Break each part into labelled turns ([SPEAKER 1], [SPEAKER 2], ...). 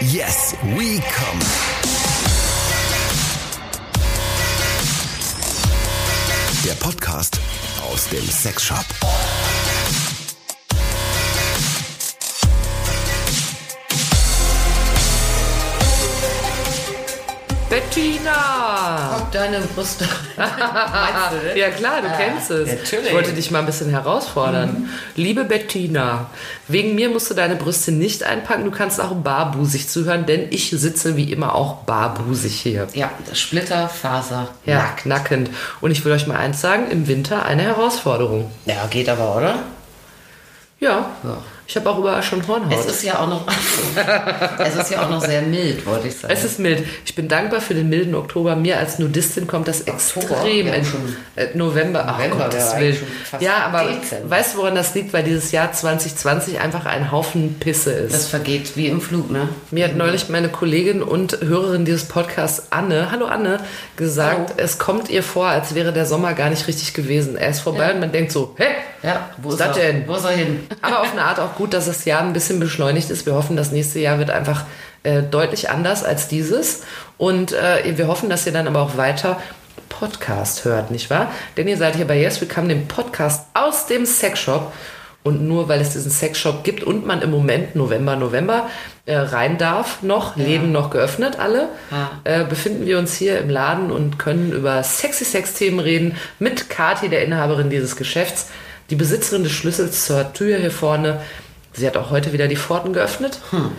[SPEAKER 1] Yes, we come. Der Podcast aus dem Sexshop.
[SPEAKER 2] Bettina!
[SPEAKER 3] Auf deine Brüste.
[SPEAKER 2] Meinst du, ja klar, du
[SPEAKER 3] Ah,
[SPEAKER 2] kennst es.
[SPEAKER 3] natürlich. Mhm.
[SPEAKER 2] Ich wollte dich mal ein bisschen herausfordern. Liebe Bettina, wegen mir musst du deine Brüste nicht einpacken. Du kannst auch barbusig zuhören, denn ich sitze wie immer auch barbusig hier.
[SPEAKER 3] Ja, Splitterfaser.
[SPEAKER 2] Ja, knackend. Und ich will euch mal eins sagen, im Winter eine Herausforderung.
[SPEAKER 3] Ja, geht aber, oder?
[SPEAKER 2] Ja,
[SPEAKER 3] Ja.
[SPEAKER 2] ich habe auch überall schon Hornhaut.
[SPEAKER 3] Es ist ja auch noch. es ist ja auch noch sehr mild, wollte ich sagen.
[SPEAKER 2] Es ist mild. Ich bin dankbar für den milden Oktober. Mir als Nudistin kommt das
[SPEAKER 3] Oktober?
[SPEAKER 2] extrem
[SPEAKER 3] Ja,
[SPEAKER 2] in
[SPEAKER 3] schon.
[SPEAKER 2] äh, November. Ach,
[SPEAKER 3] November
[SPEAKER 2] Gottes
[SPEAKER 3] wäre
[SPEAKER 2] Willen.
[SPEAKER 3] eigentlich schon fast
[SPEAKER 2] Ja, aber
[SPEAKER 3] Dezember.
[SPEAKER 2] weißt du, woran das liegt? Weil dieses Jahr 2020 einfach ein Haufen Pisse ist.
[SPEAKER 3] das vergeht wie im Flug, ne?
[SPEAKER 2] Mir hat neulich meine Kollegin und Hörerin dieses Podcasts, Anne, hallo Anne, gesagt,
[SPEAKER 3] Hallo.
[SPEAKER 2] es kommt ihr vor, als wäre der Sommer gar nicht richtig gewesen. Er ist vorbei und man denkt so, hä?
[SPEAKER 3] Ja, wo
[SPEAKER 2] Was
[SPEAKER 3] ist,
[SPEAKER 2] ist das
[SPEAKER 3] er,
[SPEAKER 2] denn?
[SPEAKER 3] Wo ist er hin?
[SPEAKER 2] Aber auf eine Art auch gut, dass das Jahr ein bisschen beschleunigt ist. Wir hoffen, das nächste Jahr wird einfach äh, deutlich anders als dieses. Und äh, wir hoffen, dass ihr dann aber auch weiter Podcast hört, nicht wahr? Denn ihr seid hier bei Yes, wir kamen dem Podcast aus dem Sexshop. Und nur weil es diesen Sexshop gibt und man im Moment November, November äh, rein darf, noch, Läden noch geöffnet, alle, äh, befinden wir uns hier im Laden und können über sexy Sex-Themen reden mit Kati, der Inhaberin dieses Geschäfts. Die Besitzerin des Schlüssels zur Tür hier vorne, sie hat auch heute wieder die Pforten geöffnet.
[SPEAKER 3] Hm.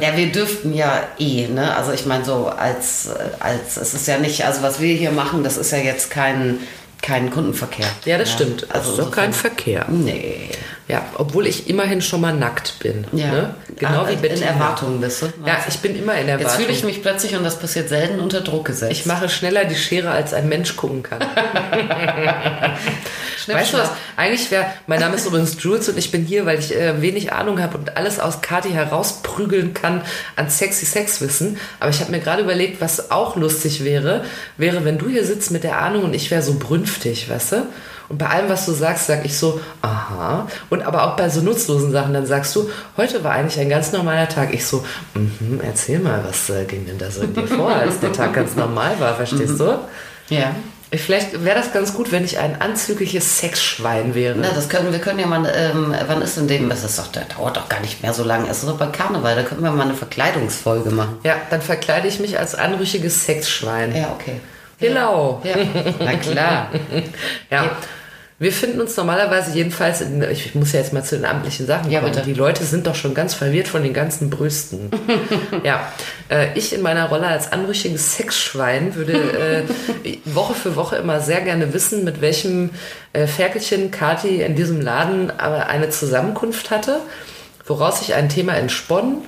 [SPEAKER 3] Ja, wir dürften ja eh, ne? Also ich meine so als als es ist ja nicht, also was wir hier machen, das ist ja jetzt kein kein Kundenverkehr.
[SPEAKER 2] Ja, das stimmt. Also
[SPEAKER 3] Also
[SPEAKER 2] ist doch kein
[SPEAKER 3] insofern-
[SPEAKER 2] Verkehr.
[SPEAKER 3] Nee.
[SPEAKER 2] Ja, obwohl ich immerhin schon mal nackt bin.
[SPEAKER 3] Ja.
[SPEAKER 2] Ne? Genau
[SPEAKER 3] Ah,
[SPEAKER 2] wie
[SPEAKER 3] in
[SPEAKER 2] Bettina.
[SPEAKER 3] Erwartung bist du.
[SPEAKER 2] Ja, ich bin immer in Erwartung.
[SPEAKER 3] Jetzt fühle ich mich plötzlich, und das passiert selten, unter Druck gesetzt.
[SPEAKER 2] Ich mache schneller die Schere, als ein Mensch gucken kann. weißt du was? Eigentlich wäre, mein Name ist übrigens Jules und ich bin hier, weil ich äh, wenig Ahnung habe und alles aus Kati herausprügeln kann an sexy Sexwissen. Aber ich habe mir gerade überlegt, was auch lustig wäre, wäre, wenn du hier sitzt mit der Ahnung und ich wäre so brünftig, weißt du? Und bei allem, was du sagst, sag ich so, aha. Und aber auch bei so nutzlosen Sachen, dann sagst du, heute war eigentlich ein ganz normaler Tag. Ich so, mhm, erzähl mal, was äh, ging denn da so in dir vor, als der Tag ganz normal war, verstehst du?
[SPEAKER 3] Ja.
[SPEAKER 2] Vielleicht wäre das ganz gut, wenn ich ein anzügliches Sexschwein wäre.
[SPEAKER 3] Na, das können, wir können ja mal, ähm, wann ist denn dem, das ist doch, der dauert doch gar nicht mehr so lange, es ist doch bei Karneval, da können wir mal eine Verkleidungsfolge machen.
[SPEAKER 2] Ja, dann verkleide ich mich als anrüchiges Sexschwein.
[SPEAKER 3] Ja, okay.
[SPEAKER 2] Genau.
[SPEAKER 3] Ja, na klar.
[SPEAKER 2] Ja. Wir finden uns normalerweise jedenfalls in, ich ich muss ja jetzt mal zu den amtlichen Sachen
[SPEAKER 3] Ja,
[SPEAKER 2] kommen.
[SPEAKER 3] bitte.
[SPEAKER 2] Die Leute sind doch schon ganz verwirrt von den ganzen Brüsten. ja, äh, ich in meiner Rolle als anrüchiges Sexschwein würde äh, Woche für Woche immer sehr gerne wissen, mit welchem äh, Ferkelchen Kati in diesem Laden äh, eine Zusammenkunft hatte, woraus sich ein Thema entsponnen,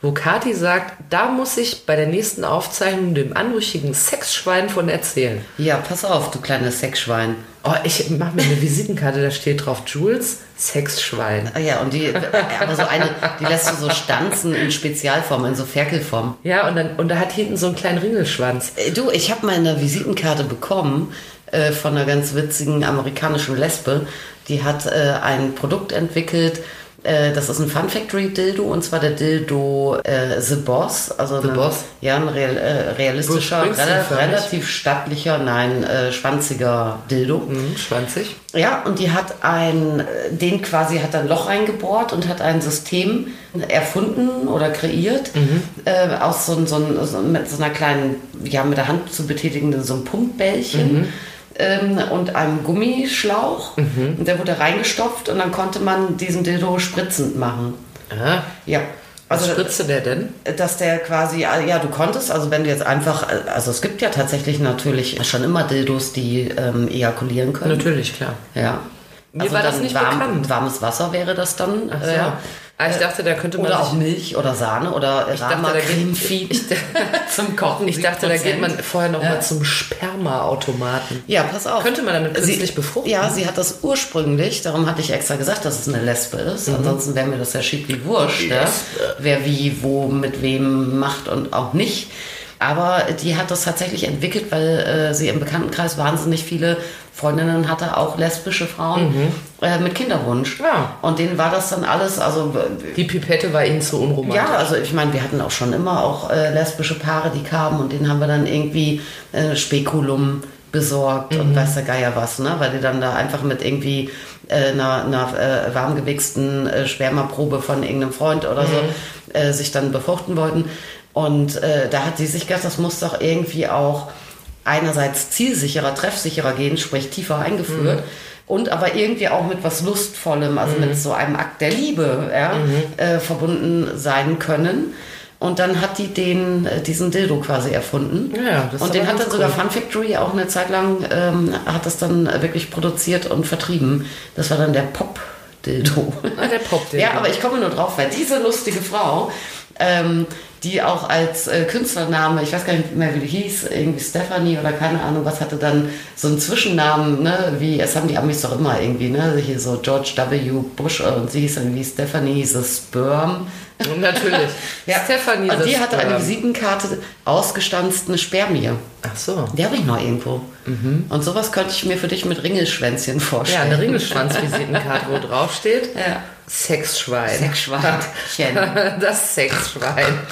[SPEAKER 2] wo Kati sagt, da muss ich bei der nächsten Aufzeichnung dem anrüchigen Sexschwein von erzählen.
[SPEAKER 3] Ja, pass auf, du kleines Sexschwein.
[SPEAKER 2] Oh, ich mache mir eine Visitenkarte, da steht drauf Jules Sexschwein.
[SPEAKER 3] Ah Ja, und die, aber so eine, die lässt du so stanzen in Spezialform, in so Ferkelform.
[SPEAKER 2] Ja, und, dann, und da hat hinten so einen kleinen Ringelschwanz.
[SPEAKER 3] Äh, Du, ich habe meine Visitenkarte bekommen äh, von einer ganz witzigen amerikanischen Lesbe. Die hat äh, ein Produkt entwickelt. Äh, das ist ein Fun Factory Dildo und zwar der Dildo äh, The Boss. Also The
[SPEAKER 2] Boss?
[SPEAKER 3] Ja, ein real, äh, realistischer,
[SPEAKER 2] Bruce Springsteen
[SPEAKER 3] rela-
[SPEAKER 2] förmig.
[SPEAKER 3] relativ stattlicher, nein, äh, schwanziger Dildo.
[SPEAKER 2] Hm, schwanzig.
[SPEAKER 3] Ja, und die hat ein, äh, den quasi hat ein Loch reingebohrt und hat ein System erfunden oder kreiert, äh, aus so, ein- so, ein- so, mit so einer kleinen, ja, mit der Hand zu betätigenden, so ein Pumpbällchen. Ähm, und einem Gummischlauch. Und der wurde reingestopft und dann konnte man diesen Dildo spritzend machen.
[SPEAKER 2] Ah,
[SPEAKER 3] Ja.
[SPEAKER 2] was
[SPEAKER 3] Also,
[SPEAKER 2] spritzte der denn?
[SPEAKER 3] dass der quasi, ja, du konntest, also wenn du jetzt einfach, also es gibt ja tatsächlich natürlich schon immer Dildos, die ähm, ejakulieren können.
[SPEAKER 2] Natürlich, klar.
[SPEAKER 3] Ja. Also
[SPEAKER 2] Mir war das
[SPEAKER 3] dann
[SPEAKER 2] nicht
[SPEAKER 3] warm,
[SPEAKER 2] bekannt.
[SPEAKER 3] Warmes Wasser wäre das dann.
[SPEAKER 2] Ach so.
[SPEAKER 3] äh,
[SPEAKER 2] Ah, ich dachte, da könnte man
[SPEAKER 3] Oder auch
[SPEAKER 2] sich,
[SPEAKER 3] Milch oder Sahne oder Rama
[SPEAKER 2] dachte, da geht-
[SPEAKER 3] Cremefeed zum Kochen.
[SPEAKER 2] Ich dachte, da
[SPEAKER 3] 7%.
[SPEAKER 2] geht man vorher noch
[SPEAKER 3] Ja.
[SPEAKER 2] mal zum Spermaautomaten.
[SPEAKER 3] Ja, pass auf.
[SPEAKER 2] Könnte man damit künstlich befruchten?
[SPEAKER 3] Ja, sie hat das ursprünglich, darum hatte ich extra gesagt, dass es eine Lesbe ist.
[SPEAKER 2] Mhm.
[SPEAKER 3] Ansonsten wäre mir das ja schick wie Wurscht, ja? wer wie, wo, mit wem macht und auch nicht. Aber die hat das tatsächlich entwickelt, weil äh, sie im Bekanntenkreis wahnsinnig viele Freundinnen hatte, auch lesbische Frauen äh, mit Kinderwunsch.
[SPEAKER 2] Mhm. Ja.
[SPEAKER 3] Und denen war das dann alles, also
[SPEAKER 2] Die Pipette war ihnen zu unromantisch.
[SPEAKER 3] ja, also ich meine, wir hatten auch schon immer auch äh, lesbische Paare, die kamen und denen haben wir dann irgendwie äh, Spekulum besorgt und weiß der Geier was, ne? Weil die dann da einfach mit irgendwie äh, einer, einer äh, warmgewichsten äh, Spermaprobe von irgendeinem Freund oder so äh, sich dann befruchten wollten. Und äh, da hat sie sich gedacht, das muss doch irgendwie auch einerseits zielsicherer, treffsicherer gehen, sprich tiefer eingeführt.
[SPEAKER 2] Mhm.
[SPEAKER 3] Und aber irgendwie auch mit was Lustvollem, also mit so einem Akt der Liebe ja,
[SPEAKER 2] Mhm.
[SPEAKER 3] äh, verbunden sein können. Und dann hat die den, äh, diesen Dildo quasi erfunden.
[SPEAKER 2] Ja, das ist
[SPEAKER 3] und den
[SPEAKER 2] aber
[SPEAKER 3] hat
[SPEAKER 2] ganz
[SPEAKER 3] dann sogar
[SPEAKER 2] cool.
[SPEAKER 3] Fun Factory auch eine Zeit lang, ähm, hat das dann äh, wirklich produziert und vertrieben. Das war dann der Pop-Dildo.
[SPEAKER 2] Ah, der Pop-Dildo.
[SPEAKER 3] Ja, aber ich komme nur drauf, weil diese lustige Frau, ähm, die auch als äh, Künstlername, ich weiß gar nicht mehr, wie die hieß, irgendwie Stephanie oder keine Ahnung, was hatte dann so einen Zwischennamen, ne, wie, es haben die Amis doch immer irgendwie, ne, hier so George W. Bush äh, und sie hieß irgendwie Stephanie the Sperm.
[SPEAKER 2] Natürlich.
[SPEAKER 3] Ja.
[SPEAKER 2] Stephanie
[SPEAKER 3] und die
[SPEAKER 2] das,
[SPEAKER 3] hatte eine
[SPEAKER 2] ähm,
[SPEAKER 3] Visitenkarte ausgestanzte Spermie.
[SPEAKER 2] Ach so.
[SPEAKER 3] Die habe ich noch irgendwo. Und sowas könnte ich mir für dich mit Ringelschwänzchen vorstellen.
[SPEAKER 2] Mhm. Ja, eine Ringelschwanz-Visitenkarte, wo drauf steht
[SPEAKER 3] Ja.
[SPEAKER 2] Sexschwein.
[SPEAKER 3] Sexschweinchen.
[SPEAKER 2] Das Sexschwein.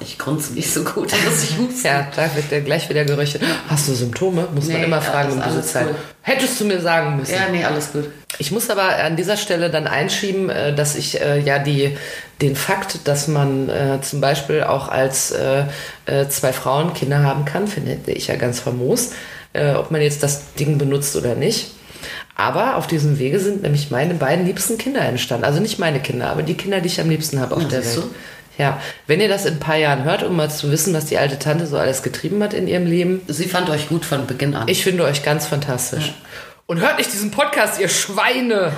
[SPEAKER 3] Ich grunze nicht so gut, dass ich husten.
[SPEAKER 2] Ja, da wird der gleich wieder geröchelt. Hast du Symptome? Muss man
[SPEAKER 3] Nee,
[SPEAKER 2] immer
[SPEAKER 3] ja,
[SPEAKER 2] fragen
[SPEAKER 3] das
[SPEAKER 2] um
[SPEAKER 3] ist
[SPEAKER 2] diese
[SPEAKER 3] alles
[SPEAKER 2] Zeit.
[SPEAKER 3] cool.
[SPEAKER 2] Hättest du mir sagen müssen.
[SPEAKER 3] Ja, nee, alles gut.
[SPEAKER 2] Ich muss aber an dieser Stelle dann einschieben, äh, dass ich äh, ja die, den Fakt, dass man äh, zum Beispiel auch als äh, äh, zwei Frauen Kinder haben kann, finde ich ja ganz famos, äh, ob man jetzt das Ding benutzt oder nicht. Aber auf diesem Wege sind nämlich meine beiden liebsten Kinder entstanden. Also nicht meine Kinder, aber die Kinder, die ich am liebsten habe auf
[SPEAKER 3] Ja,
[SPEAKER 2] der
[SPEAKER 3] Oh, siehst
[SPEAKER 2] Welt.
[SPEAKER 3] du.
[SPEAKER 2] Ja, wenn ihr das in ein paar Jahren hört, um mal zu wissen, was die alte Tante so alles getrieben hat in ihrem Leben,
[SPEAKER 3] Sie fand euch gut von Beginn an.
[SPEAKER 2] ich finde euch ganz fantastisch. Und hört nicht diesen Podcast, ihr Schweine!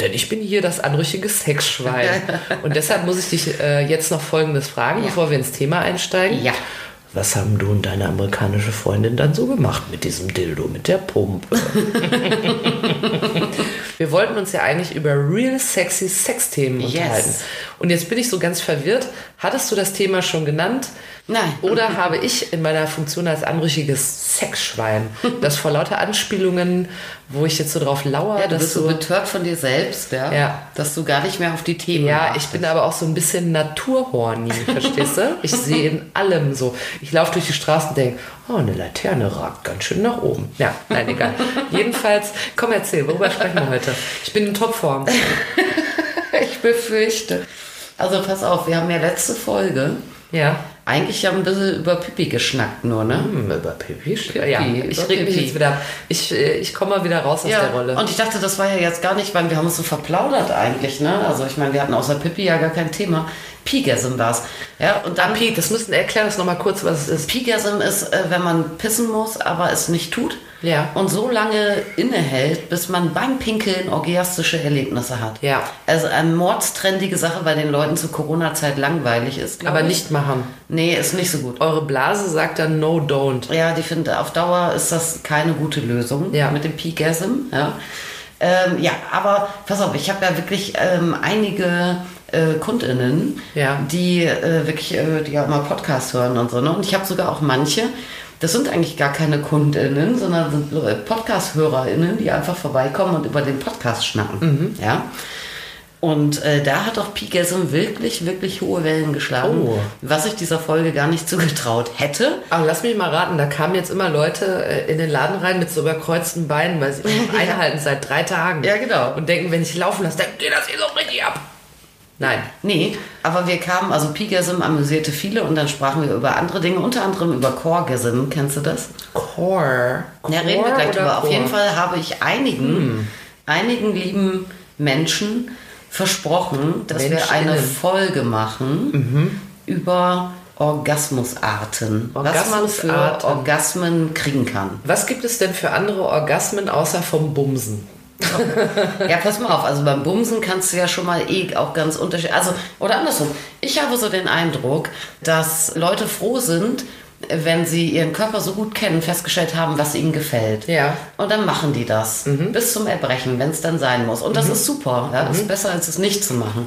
[SPEAKER 2] Denn ich bin hier das anrüchige Sexschwein. Und deshalb muss ich dich äh, jetzt noch Folgendes fragen, bevor wir ins Thema einsteigen.
[SPEAKER 3] Ja.
[SPEAKER 2] Was haben du und deine amerikanische Freundin dann so gemacht mit diesem Dildo, mit der Pumpe? wir wollten uns ja eigentlich über real sexy Sexthemen
[SPEAKER 3] Yes.
[SPEAKER 2] unterhalten. Und jetzt bin ich so ganz verwirrt. Hattest du das Thema schon genannt?
[SPEAKER 3] Nein.
[SPEAKER 2] Oder habe ich in meiner Funktion als anrüchiges Sexschwein, das vor lauter Anspielungen, wo ich jetzt so drauf lauere,
[SPEAKER 3] ja, du
[SPEAKER 2] dass
[SPEAKER 3] bist so
[SPEAKER 2] so-
[SPEAKER 3] betört von dir selbst, ja,
[SPEAKER 2] Ja.
[SPEAKER 3] dass du gar nicht mehr auf die Themen
[SPEAKER 2] ja, ich
[SPEAKER 3] achtest.
[SPEAKER 2] bin aber auch so ein bisschen Naturhorny, verstehst du? Ich sehe in allem so. Ich laufe durch die Straßen und denke, oh, eine Laterne ragt ganz schön nach oben. Ja, nein, egal. Jedenfalls, komm, erzähl, worüber sprechen wir heute? Ich bin in Topform.
[SPEAKER 3] ich befürchte. Also pass auf, wir haben ja letzte Folge
[SPEAKER 2] Ja.
[SPEAKER 3] eigentlich ja ein bisschen über Pipi geschnackt nur, ne?
[SPEAKER 2] Hm, über Pipi. Ja,
[SPEAKER 3] Pipi,
[SPEAKER 2] ich
[SPEAKER 3] über
[SPEAKER 2] reg mich
[SPEAKER 3] Pipi.
[SPEAKER 2] jetzt wieder ab. Ich, äh, ich komme mal wieder raus aus der Rolle.
[SPEAKER 3] Und ich dachte, das war ja jetzt gar nicht, weil wir haben uns so verplaudert eigentlich, ne? Also ich meine, wir hatten außer Pipi ja gar kein Thema. Pigasm war's. Ja, und dann
[SPEAKER 2] Pete, Ah, das müssen erklär das nochmal kurz, was es ist.
[SPEAKER 3] Pigasm ist, äh, wenn man pissen muss, aber es nicht tut.
[SPEAKER 2] Ja.
[SPEAKER 3] Und so lange innehält, bis man beim Pinkeln orgiastische Erlebnisse hat.
[SPEAKER 2] Ja.
[SPEAKER 3] Also eine mordstrendige Sache, weil den Leuten zur Corona-Zeit langweilig ist. glaub
[SPEAKER 2] Aber
[SPEAKER 3] ich.
[SPEAKER 2] nicht machen.
[SPEAKER 3] Nee, ist nicht so gut.
[SPEAKER 2] Eure Blase sagt dann no, don't.
[SPEAKER 3] Ja, die finde, auf Dauer ist das keine gute Lösung
[SPEAKER 2] Ja.
[SPEAKER 3] mit dem Peakasm. Ja. Ähm, ja, aber pass auf, ich habe ja wirklich ähm, einige äh, KundInnen,
[SPEAKER 2] Ja.
[SPEAKER 3] die äh, wirklich, äh, die ja immer Podcasts hören und so. Ne? Und ich habe sogar auch manche, das sind eigentlich gar keine KundInnen, sondern sind äh, Podcast-HörerInnen, die einfach vorbeikommen und über den Podcast schnacken.
[SPEAKER 2] Mhm.
[SPEAKER 3] Ja. Und äh, da hat auch Peakasm wirklich, wirklich hohe Wellen geschlagen,
[SPEAKER 2] Oh.
[SPEAKER 3] was ich dieser Folge gar nicht zugetraut hätte.
[SPEAKER 2] Aber lass mich mal raten, da kamen jetzt immer Leute äh, in den Laden rein mit so überkreuzten Beinen, weil sie immer noch einhalten seit drei Tagen.
[SPEAKER 3] Ja, genau.
[SPEAKER 2] Und denken, wenn ich laufen lasse, dann geht das hier so richtig ab. Nein.
[SPEAKER 3] Nee, aber wir kamen, also Pigasm amüsierte viele und dann sprachen wir über andere Dinge, unter anderem über Chorgasm, kennst du das?
[SPEAKER 2] Core.
[SPEAKER 3] Ja, reden wir
[SPEAKER 2] Core oder
[SPEAKER 3] gleich
[SPEAKER 2] Hm.
[SPEAKER 3] drüber. Auf
[SPEAKER 2] Core?
[SPEAKER 3] jeden Fall habe ich einigen, einigen lieben Menschen versprochen, dass wir
[SPEAKER 2] Menschinnen.
[SPEAKER 3] eine Folge machen
[SPEAKER 2] Mhm.
[SPEAKER 3] über Orgasmusarten, was man für
[SPEAKER 2] Orgasmusarten.
[SPEAKER 3] Orgasmen kriegen kann.
[SPEAKER 2] Was gibt es denn für andere Orgasmen außer vom Bumsen?
[SPEAKER 3] Ja, pass mal auf, also beim Bumsen kannst du ja schon mal eh auch ganz unterschiedlich. Also, oder andersrum, ich habe so den Eindruck, dass Leute froh sind, wenn sie ihren Körper so gut kennen, festgestellt haben, was ihnen gefällt.
[SPEAKER 2] Ja.
[SPEAKER 3] Und dann machen die das bis zum Erbrechen, wenn es dann sein muss. Und das ist super, ja? ist besser, als es nicht zu machen.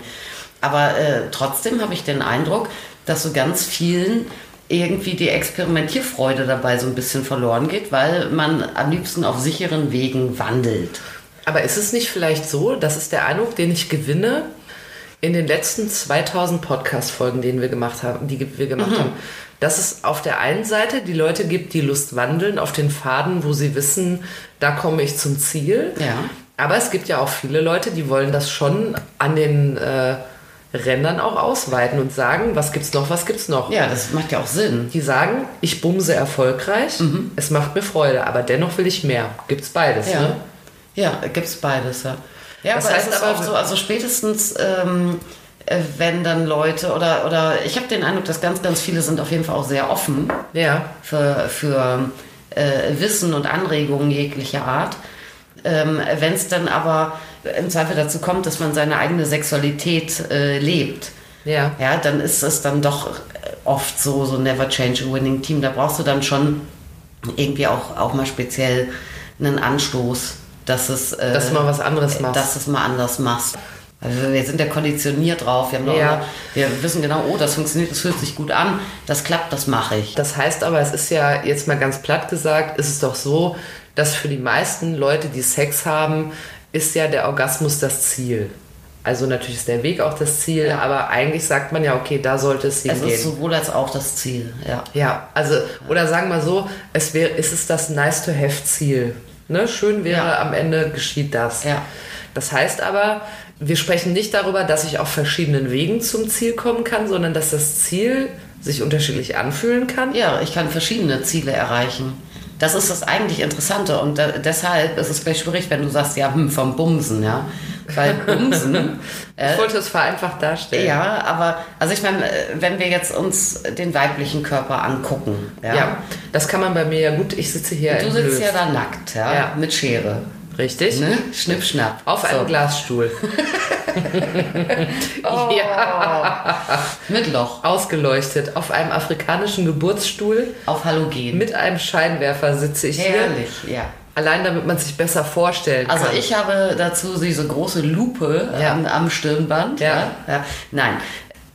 [SPEAKER 3] Aber äh, trotzdem habe ich den Eindruck, dass so ganz vielen irgendwie die Experimentierfreude dabei so ein bisschen verloren geht, weil man am liebsten auf sicheren Wegen wandelt.
[SPEAKER 2] Aber ist es nicht vielleicht so, das ist der Eindruck, den ich gewinne in den letzten 2000 Podcast-Folgen, den wir gemacht haben, die wir gemacht
[SPEAKER 3] Mhm.
[SPEAKER 2] haben, dass es auf der einen Seite die Leute gibt, die Lust wandeln auf den Faden, wo sie wissen, da komme ich zum Ziel.
[SPEAKER 3] Ja.
[SPEAKER 2] Aber es gibt ja auch viele Leute, die wollen das schon an den äh, Rändern auch ausweiten und sagen, was gibt's noch, was gibt's noch.
[SPEAKER 3] Ja, das macht ja auch Sinn.
[SPEAKER 2] Die sagen, ich bumse erfolgreich, es macht mir Freude, aber dennoch will ich mehr. Gibt's beides,
[SPEAKER 3] Mhm. Ja,
[SPEAKER 2] ne?
[SPEAKER 3] ja gibt's beides, ja. Ja,
[SPEAKER 2] Das
[SPEAKER 3] aber
[SPEAKER 2] heißt,
[SPEAKER 3] es
[SPEAKER 2] es
[SPEAKER 3] ist auch
[SPEAKER 2] auch-
[SPEAKER 3] so, also spätestens, ähm, äh, wenn dann Leute oder, oder ich habe den Eindruck, dass ganz, ganz viele sind auf jeden Fall auch sehr offen
[SPEAKER 2] Ja.
[SPEAKER 3] für, für äh, Wissen und Anregungen jeglicher Art. Ähm, Wenn es dann aber im Zweifel dazu kommt, dass man seine eigene Sexualität äh, lebt,
[SPEAKER 2] Ja.
[SPEAKER 3] ja, dann ist es dann doch äh, oft so, so never change a winning team. Da brauchst du dann schon irgendwie auch, auch mal speziell einen Anstoß, dass es, äh,
[SPEAKER 2] Dass du mal was anderes machst.
[SPEAKER 3] dass du es mal anders machst. Also wir sind ja konditioniert drauf. Wir, haben doch
[SPEAKER 2] Ja.
[SPEAKER 3] immer, wir wissen genau, oh, das funktioniert, das fühlt sich gut an, das klappt, das mache ich.
[SPEAKER 2] Das heißt aber, es ist ja jetzt mal ganz platt gesagt, ist es doch so, dass für die meisten Leute, die Sex haben, ist ja der Orgasmus das Ziel. Also natürlich ist der Weg auch das Ziel,
[SPEAKER 3] Ja.
[SPEAKER 2] aber eigentlich sagt man ja, okay, da sollte es
[SPEAKER 3] Es
[SPEAKER 2] hingehen.
[SPEAKER 3] ist sowohl als auch das Ziel, ja.
[SPEAKER 2] Ja, also, oder sagen wir so, es wäre, ist es ist das Nice-to-Have-Ziel. Ne? Schön wäre,
[SPEAKER 3] Ja.
[SPEAKER 2] am Ende geschieht das.
[SPEAKER 3] Ja.
[SPEAKER 2] Das heißt aber, wir sprechen nicht darüber, dass ich auf verschiedenen Wegen zum Ziel kommen kann, sondern dass das Ziel sich unterschiedlich anfühlen kann.
[SPEAKER 3] Ja, ich kann verschiedene Ziele erreichen. Das ist das eigentlich Interessante und da, deshalb ist es vielleicht schwierig, wenn du sagst, ja, hm, vom Bumsen, ja. Weil Bumsen, äh,
[SPEAKER 2] Ich wollte es vereinfacht darstellen.
[SPEAKER 3] ja, aber, also ich meine, äh, wenn wir jetzt uns den weiblichen Körper angucken, ja.
[SPEAKER 2] Ja, das kann man bei mir ja gut. Ich sitze hier
[SPEAKER 3] Du
[SPEAKER 2] in
[SPEAKER 3] sitzt
[SPEAKER 2] Löw.
[SPEAKER 3] ja da nackt, ja,
[SPEAKER 2] Ja.
[SPEAKER 3] mit Schere,
[SPEAKER 2] Richtig?
[SPEAKER 3] ne? Schnipp, schnapp.
[SPEAKER 2] Auf einem Glasstuhl.
[SPEAKER 3] Oh.
[SPEAKER 2] Ja,
[SPEAKER 3] Mit Loch,
[SPEAKER 2] ausgeleuchtet. Auf einem afrikanischen Geburtsstuhl.
[SPEAKER 3] auf Halogen.
[SPEAKER 2] Mit einem Scheinwerfer sitze ich hier.
[SPEAKER 3] Herrlich, ja.
[SPEAKER 2] Allein damit man sich besser vorstellen
[SPEAKER 3] Also
[SPEAKER 2] kann.
[SPEAKER 3] ich habe dazu diese große Lupe
[SPEAKER 2] Ja.
[SPEAKER 3] am, am Stirnband.
[SPEAKER 2] Ja.
[SPEAKER 3] Ja. Ja. Nein.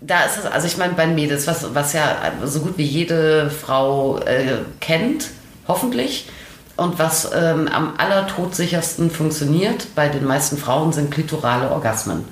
[SPEAKER 3] Da ist es, also ich meine, bei Mädels, was, was ja so gut wie jede Frau äh, kennt, hoffentlich, und was ähm, am allertodsichersten funktioniert bei den meisten Frauen sind klitorale Orgasmen.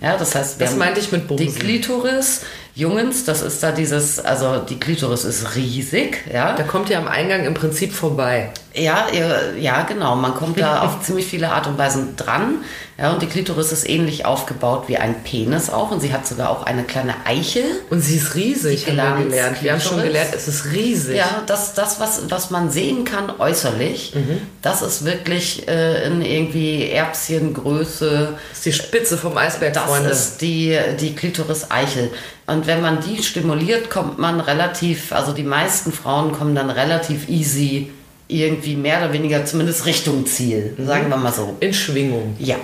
[SPEAKER 3] Ja, Mhm. das heißt, wir
[SPEAKER 2] Das
[SPEAKER 3] haben
[SPEAKER 2] meinte ich mit Bumsen.
[SPEAKER 3] Die Klitoris, Jungens, das ist da dieses, also die Klitoris ist riesig, ja.
[SPEAKER 2] da kommt ihr am Eingang im Prinzip vorbei.
[SPEAKER 3] Ja, ihr- ja, genau. Man kommt da auf ziemlich viele Art und Weisen dran. Ja, und die Klitoris ist ähnlich aufgebaut wie ein Penis auch. Und sie hat sogar auch eine kleine Eichel.
[SPEAKER 2] Und sie ist riesig,
[SPEAKER 3] Die
[SPEAKER 2] haben wir
[SPEAKER 3] Glanz-
[SPEAKER 2] gelernt. Wir haben schon
[SPEAKER 3] Klitoris.
[SPEAKER 2] gelernt, es ist riesig.
[SPEAKER 3] Ja, das, das was, was man sehen kann äußerlich, das ist wirklich äh, in irgendwie Erbschengröße.
[SPEAKER 2] Das ist die Spitze vom Eisberg,
[SPEAKER 3] Das
[SPEAKER 2] Freunde.
[SPEAKER 3] ist die, die Klitoris-Eichel. Und wenn man die stimuliert, kommt man relativ, also die meisten Frauen kommen dann relativ easy irgendwie mehr oder weniger zumindest Richtung Ziel, sagen wir mal so.
[SPEAKER 2] in Schwingung.
[SPEAKER 3] Ja.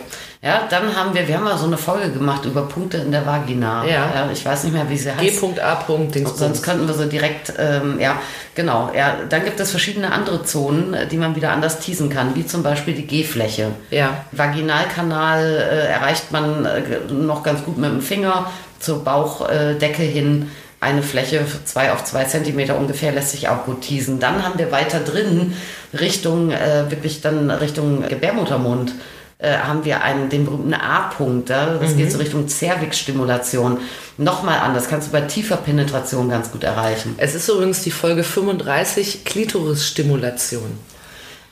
[SPEAKER 3] Ja, dann haben wir, wir haben mal so eine Folge gemacht über Punkte in der Vagina.
[SPEAKER 2] Ja.
[SPEAKER 3] ich weiß nicht mehr, wie sie heißt.
[SPEAKER 2] G.A. Dings.
[SPEAKER 3] Sonst könnten wir so direkt, ähm, ja, genau. Ja, dann gibt es verschiedene andere Zonen, äh, die man wieder anders teasen kann, wie zum Beispiel die G-Fläche.
[SPEAKER 2] Ja.
[SPEAKER 3] Vaginalkanal äh, erreicht man äh, g- noch ganz gut mit dem Finger zur Bauchdecke äh, Decke hin. Eine Fläche zwei auf zwei Zentimeter ungefähr lässt sich auch gut teasen. Dann haben wir weiter drin Richtung, äh, wirklich dann Richtung Gebärmuttermund äh, haben wir einen, den berühmten A-Punkt. Ja? Das geht so Richtung Cervix-Stimulation. Nochmal anders, kannst du bei tiefer Penetration ganz gut erreichen.
[SPEAKER 2] Es ist übrigens die Folge 35 Klitorisstimulation.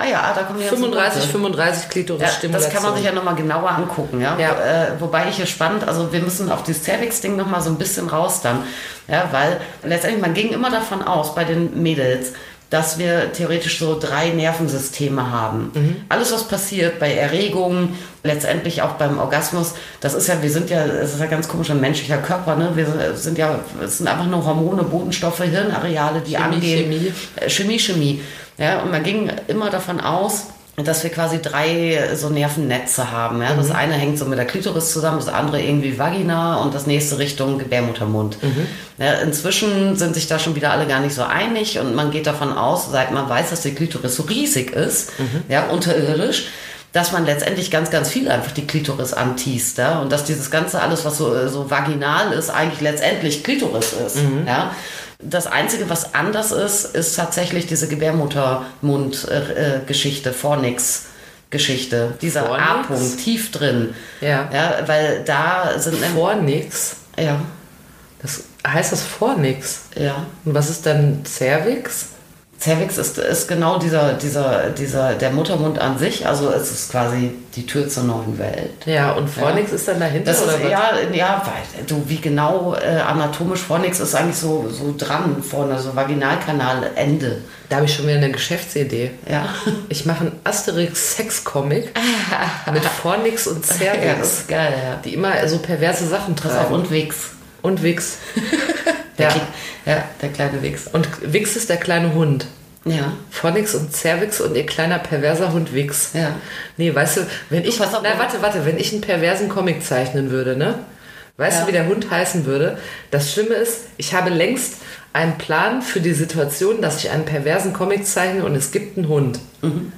[SPEAKER 3] Ah ja, da kommen wir
[SPEAKER 2] 35, 35
[SPEAKER 3] Ja,
[SPEAKER 2] Klitorisstimulation.
[SPEAKER 3] das kann man sich ja nochmal genauer angucken. Ja?
[SPEAKER 2] Ja.
[SPEAKER 3] Äh, wobei ich es spannend, also wir müssen auf dieses Cervix-Ding nochmal so ein bisschen raus dann. Ja, weil letztendlich, man ging immer davon aus, bei den Mädels, dass wir theoretisch so drei Nervensysteme haben. Alles, was passiert bei Erregungen, letztendlich auch beim Orgasmus, das ist ja, wir sind ja, es ist ja ganz komisch, ein menschlicher Körper, ne? Wir sind ja, es sind einfach nur Hormone, Bodenstoffe, Hirnareale, die angehen.
[SPEAKER 2] Chemie.
[SPEAKER 3] Äh, Chemie, Chemie. Ja, und man ging immer davon aus, dass wir quasi drei äh, so Nervennetze haben. Ja?
[SPEAKER 2] Mhm.
[SPEAKER 3] Das eine hängt so mit der Klitoris zusammen, das andere irgendwie Vagina und das nächste Richtung Gebärmuttermund.
[SPEAKER 2] Mhm.
[SPEAKER 3] Ja, inzwischen sind sich da schon wieder alle gar nicht so einig und man geht davon aus, seit man weiß, dass die Klitoris so riesig ist,
[SPEAKER 2] Mhm.
[SPEAKER 3] ja, unterirdisch, dass man letztendlich ganz, ganz viel einfach die Klitoris antießt. Ja? äh,
[SPEAKER 2] Mhm.
[SPEAKER 3] Und dass dieses Ganze, alles, was so, so vaginal ist, eigentlich letztendlich Klitoris ist. Ja? Das Einzige, was anders ist, ist tatsächlich diese Gebärmuttermund-Geschichte, Fornix. Geschichte, dieser
[SPEAKER 2] Fornix?
[SPEAKER 3] A-Punkt tief drin.
[SPEAKER 2] Ja.
[SPEAKER 3] ja. Weil da sind.
[SPEAKER 2] Vor nix.
[SPEAKER 3] Ja,
[SPEAKER 2] Das heißt das vor nix.
[SPEAKER 3] ja.
[SPEAKER 2] Und was ist dann Cervix?
[SPEAKER 3] Cervix ist, ist genau dieser, dieser, dieser, der Muttermund an sich. Also es ist quasi die Tür zur neuen Welt.
[SPEAKER 2] Ja, und vor
[SPEAKER 3] Ja.
[SPEAKER 2] nix ist dann dahinter
[SPEAKER 3] Das
[SPEAKER 2] oder
[SPEAKER 3] ist,
[SPEAKER 2] was?
[SPEAKER 3] ja, ja, weil du, wie genau äh, anatomisch Fornix ist eigentlich so, so dran vorne, so Vaginalkanalende.
[SPEAKER 2] Da habe ich schon wieder eine Geschäftsidee.
[SPEAKER 3] Ja.
[SPEAKER 2] Ich mache einen Asterix-Sex-Comic mit Fornix und
[SPEAKER 3] ja, das
[SPEAKER 2] Cervix,
[SPEAKER 3] ist geil, ja.
[SPEAKER 2] die immer so perverse Sachen
[SPEAKER 3] Pass auf,
[SPEAKER 2] tragen.
[SPEAKER 3] und Wix.
[SPEAKER 2] Und Wix.
[SPEAKER 3] Der
[SPEAKER 2] ja.
[SPEAKER 3] Kle- ja, der kleine Wix.
[SPEAKER 2] Und Wix ist der kleine Hund.
[SPEAKER 3] Ja.
[SPEAKER 2] Fornix und Cervix und ihr kleiner perverser Hund Wix.
[SPEAKER 3] Ja.
[SPEAKER 2] Nee, weißt du, wenn ich.
[SPEAKER 3] pass auf,
[SPEAKER 2] na,
[SPEAKER 3] wenn-
[SPEAKER 2] warte, warte, wenn ich einen perversen Comic zeichnen würde, ne? Weißt
[SPEAKER 3] Ja.
[SPEAKER 2] du, wie der Hund heißen würde? Das Schlimme ist, ich habe längst einen Plan für die Situation, dass ich einen perversen Comic zeichne und es gibt einen Hund.
[SPEAKER 3] Mhm.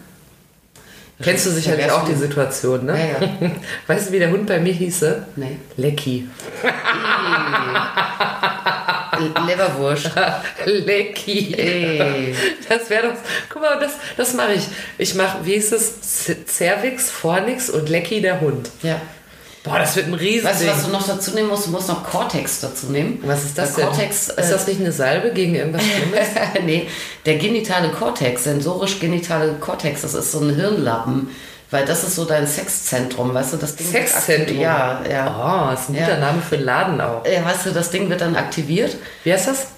[SPEAKER 2] Kennst du sicherlich
[SPEAKER 3] Perversen
[SPEAKER 2] auch die Situation, ne?
[SPEAKER 3] Ja,
[SPEAKER 2] Weißt du, wie der Hund bei mir hieße?
[SPEAKER 3] Nee.
[SPEAKER 2] Lecki.
[SPEAKER 3] Leberwurst.
[SPEAKER 2] Lecki.
[SPEAKER 3] Ey.
[SPEAKER 2] Das wäre doch. Guck mal, das, das mache ich. Ich mache, wie ist es? Z- Cervix, Fornix und Lecky der Hund.
[SPEAKER 3] Ja.
[SPEAKER 2] Boah, das wird ein Riesending.
[SPEAKER 3] Weißt du, was du noch dazu nehmen musst? Du musst noch Cortex dazu nehmen.
[SPEAKER 2] was ist das
[SPEAKER 3] Der
[SPEAKER 2] denn?
[SPEAKER 3] Cortex, äh,
[SPEAKER 2] ist das nicht eine Salbe gegen irgendwas Schlimmes?
[SPEAKER 3] nee, der genitale Kortex, sensorisch-genitale Kortex, das ist so ein Hirnlappen, weil das ist so dein Sexzentrum, weißt du, das Ding. wird
[SPEAKER 2] Sexzentrum.
[SPEAKER 3] aktiv- Ja, ja.
[SPEAKER 2] Oh, ist ein guter
[SPEAKER 3] Ja.
[SPEAKER 2] Name für einen Laden auch.
[SPEAKER 3] ja. Weißt du, das Ding wird dann aktiviert.
[SPEAKER 2] Wie heißt das?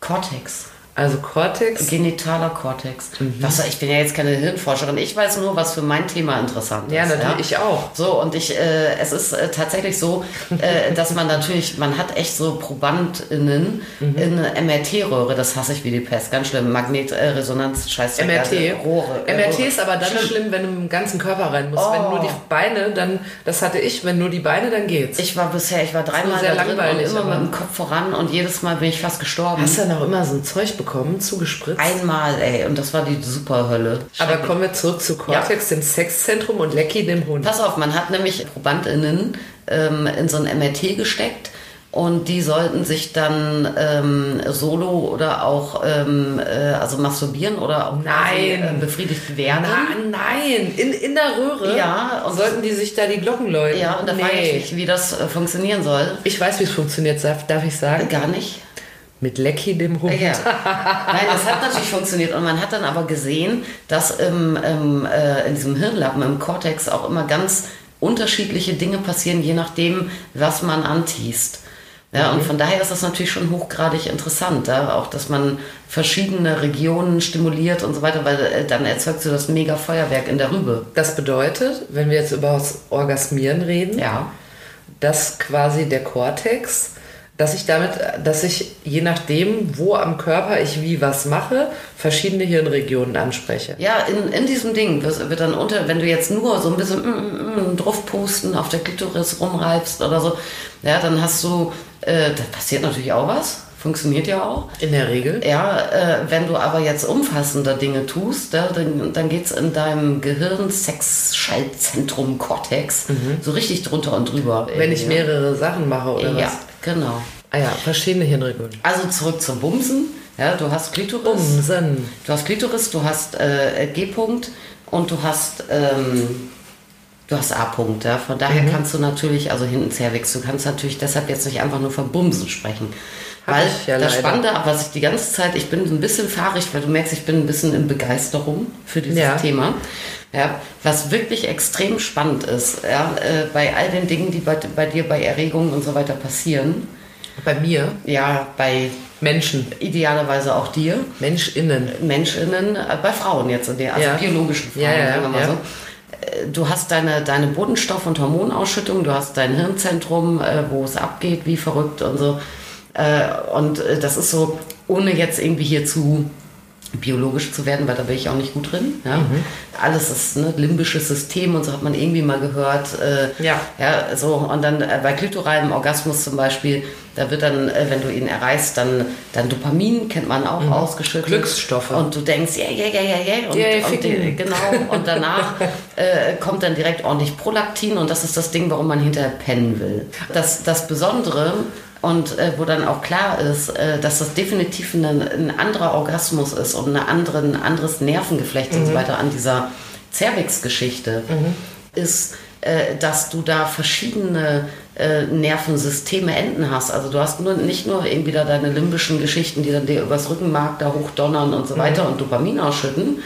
[SPEAKER 3] Kortex.
[SPEAKER 2] Also Cortex.
[SPEAKER 3] Genitaler Kortex.
[SPEAKER 2] Mhm.
[SPEAKER 3] Was soll- ich bin ja jetzt keine Hirnforscherin. Ich weiß nur, was für mein Thema interessant
[SPEAKER 2] Ja,
[SPEAKER 3] ist.
[SPEAKER 2] natürlich, ich auch.
[SPEAKER 3] So, und ich, äh, es ist äh, tatsächlich so, äh, dass man natürlich, man hat echt so ProbandInnen
[SPEAKER 2] Mhm.
[SPEAKER 3] in eine MRT-Röhre, das hasse ich wie die Pest, ganz schlimm. Magnetresonanz, scheiße.
[SPEAKER 2] MRT.
[SPEAKER 3] Rohre. äh,
[SPEAKER 2] MRT
[SPEAKER 3] Rohre.
[SPEAKER 2] ist aber dann schlimm, wenn du mit dem ganzen Körper rein musst. Wenn
[SPEAKER 3] Oh.
[SPEAKER 2] nur die Beine, dann, das hatte ich, wenn nur die Beine, dann geht's.
[SPEAKER 3] Ich war bisher, ich war dreimal
[SPEAKER 2] sehr
[SPEAKER 3] da drin und
[SPEAKER 2] langweilig,
[SPEAKER 3] immer
[SPEAKER 2] aber-
[SPEAKER 3] mit dem Kopf voran und jedes Mal bin ich fast gestorben.
[SPEAKER 2] Hast du dann auch immer so ein Zeug bekommen, zugespritzt?
[SPEAKER 3] Einmal, ey, und das war die Superhölle.
[SPEAKER 2] aber kommen wir zurück zu Cortex, dem Sexzentrum und Lecky, dem Hund.
[SPEAKER 3] Pass auf, man hat nämlich ProbandInnen ähm, in so ein MRT gesteckt und die sollten sich dann ähm, solo oder auch ähm, äh, also masturbieren oder auch quasi,
[SPEAKER 2] Nein.
[SPEAKER 3] äh, befriedigt werden.
[SPEAKER 2] Ah, nein, in, in der Röhre
[SPEAKER 3] Ja, und-
[SPEAKER 2] sollten die sich da die Glocken läuten.
[SPEAKER 3] Ja, und da frage ich mich, wie das äh, funktionieren soll.
[SPEAKER 2] Ich weiß, wie es funktioniert, darf, darf ich sagen?
[SPEAKER 3] Gar nicht.
[SPEAKER 2] Mit Lecky, dem Hund.
[SPEAKER 3] Äh, Ja. Nein, das hat natürlich funktioniert und man hat dann aber gesehen, dass im, im, äh, in diesem Hirnlappen, im Kortex auch immer ganz unterschiedliche Dinge passieren, je nachdem, was man antießt. Ja, und von daher ist das natürlich schon hochgradig interessant, ja? auch dass man verschiedene Regionen stimuliert und so weiter, weil äh, dann erzeugst du das mega Feuerwerk in der Rübe.
[SPEAKER 2] Das bedeutet, wenn wir jetzt über das Orgasmieren reden,
[SPEAKER 3] Ja.
[SPEAKER 2] dass quasi der Cortex, dass ich damit, dass ich je nachdem, wo am Körper ich wie was mache, verschiedene Hirnregionen anspreche.
[SPEAKER 3] Ja, in, in diesem Ding wird, wird dann unter, wenn du jetzt nur so ein bisschen mm, mm, mm, draufpusten, auf der Klitoris rumreibst oder so, ja, dann hast du, äh, da passiert natürlich auch was, funktioniert ja auch.
[SPEAKER 2] In der Regel.
[SPEAKER 3] Ja, äh, wenn du aber jetzt umfassender Dinge tust, ja, dann, dann geht's in deinem Gehirn Sexschaltzentrum Cortex so richtig drunter und drüber.
[SPEAKER 2] Mhm. Wenn ich
[SPEAKER 3] mir
[SPEAKER 2] mehrere Sachen mache oder
[SPEAKER 3] Ja,
[SPEAKER 2] was.
[SPEAKER 3] genau.
[SPEAKER 2] Ah ja, verschiedene Hirnregionen.
[SPEAKER 3] Also zurück zum Bumsen. Ja, du hast Klitoris.
[SPEAKER 2] Bumsen.
[SPEAKER 3] Du hast Klitoris, du hast äh, G-Punkt und du hast ähm, du hast A-Punkt. Ja? Von daher
[SPEAKER 2] Mhm.
[SPEAKER 3] kannst du natürlich, also hinten Cervix, du kannst natürlich deshalb jetzt nicht einfach nur von Bumsen sprechen.
[SPEAKER 2] Hab
[SPEAKER 3] weil
[SPEAKER 2] ich ja
[SPEAKER 3] das
[SPEAKER 2] leider.
[SPEAKER 3] Spannende, was ich die ganze Zeit, ich bin so ein bisschen fahrig, weil du merkst, ich bin ein bisschen in Begeisterung für dieses
[SPEAKER 2] Ja.
[SPEAKER 3] Thema. Ja, was wirklich extrem spannend ist, ja, äh, bei all den Dingen, die bei, bei dir bei Erregungen und so weiter passieren,
[SPEAKER 2] Bei mir
[SPEAKER 3] ja, bei
[SPEAKER 2] Menschen,
[SPEAKER 3] idealerweise auch dir,
[SPEAKER 2] MenschInnen.
[SPEAKER 3] MenschInnen, äh, bei Frauen jetzt in der, also
[SPEAKER 2] Ja.
[SPEAKER 3] biologischen Frauen,
[SPEAKER 2] Ja, ja,
[SPEAKER 3] sagen wir mal
[SPEAKER 2] ja.
[SPEAKER 3] so. Äh, Du hast deine, deine Bodenstoff- und Hormonausschüttung, du hast dein Hirnzentrum, äh, wo es abgeht, wie verrückt und so. Äh, und äh, das ist so, ohne jetzt irgendwie hier zu biologisch zu werden, weil da bin ich auch nicht gut drin. Ja?
[SPEAKER 2] Mhm.
[SPEAKER 3] Alles ist ne, limbisches System und so hat man irgendwie mal gehört. Äh,
[SPEAKER 2] Ja.
[SPEAKER 3] ja, so und dann äh, bei klitoralem Orgasmus zum Beispiel, da wird dann, äh, wenn du ihn erreichst, dann, dann Dopamin kennt man auch
[SPEAKER 2] Mhm.
[SPEAKER 3] ausgeschüttet.
[SPEAKER 2] Glücksstoffe.
[SPEAKER 3] Und du denkst, ja, ja, ja, ja, ja. Und,
[SPEAKER 2] Ja, ja,
[SPEAKER 3] und
[SPEAKER 2] ficken.
[SPEAKER 3] die, genau. Und danach äh, kommt dann direkt ordentlich Prolaktin und das ist das Ding, warum man hinterher pennen will. Das, das Besondere Und äh, wo dann auch klar ist, äh, dass das definitiv eine, ein anderer Orgasmus ist und eine andere, ein anderes Nervengeflecht
[SPEAKER 2] Mhm.
[SPEAKER 3] und so weiter an dieser Cervix-Geschichte ist, äh, dass du da verschiedene äh, Nervensysteme enden hast. Also du hast nur, nicht nur irgendwie da deine limbischen Geschichten, die dann dir übers Rückenmark da hochdonnern und so
[SPEAKER 2] Mhm.
[SPEAKER 3] weiter und Dopamin ausschütten,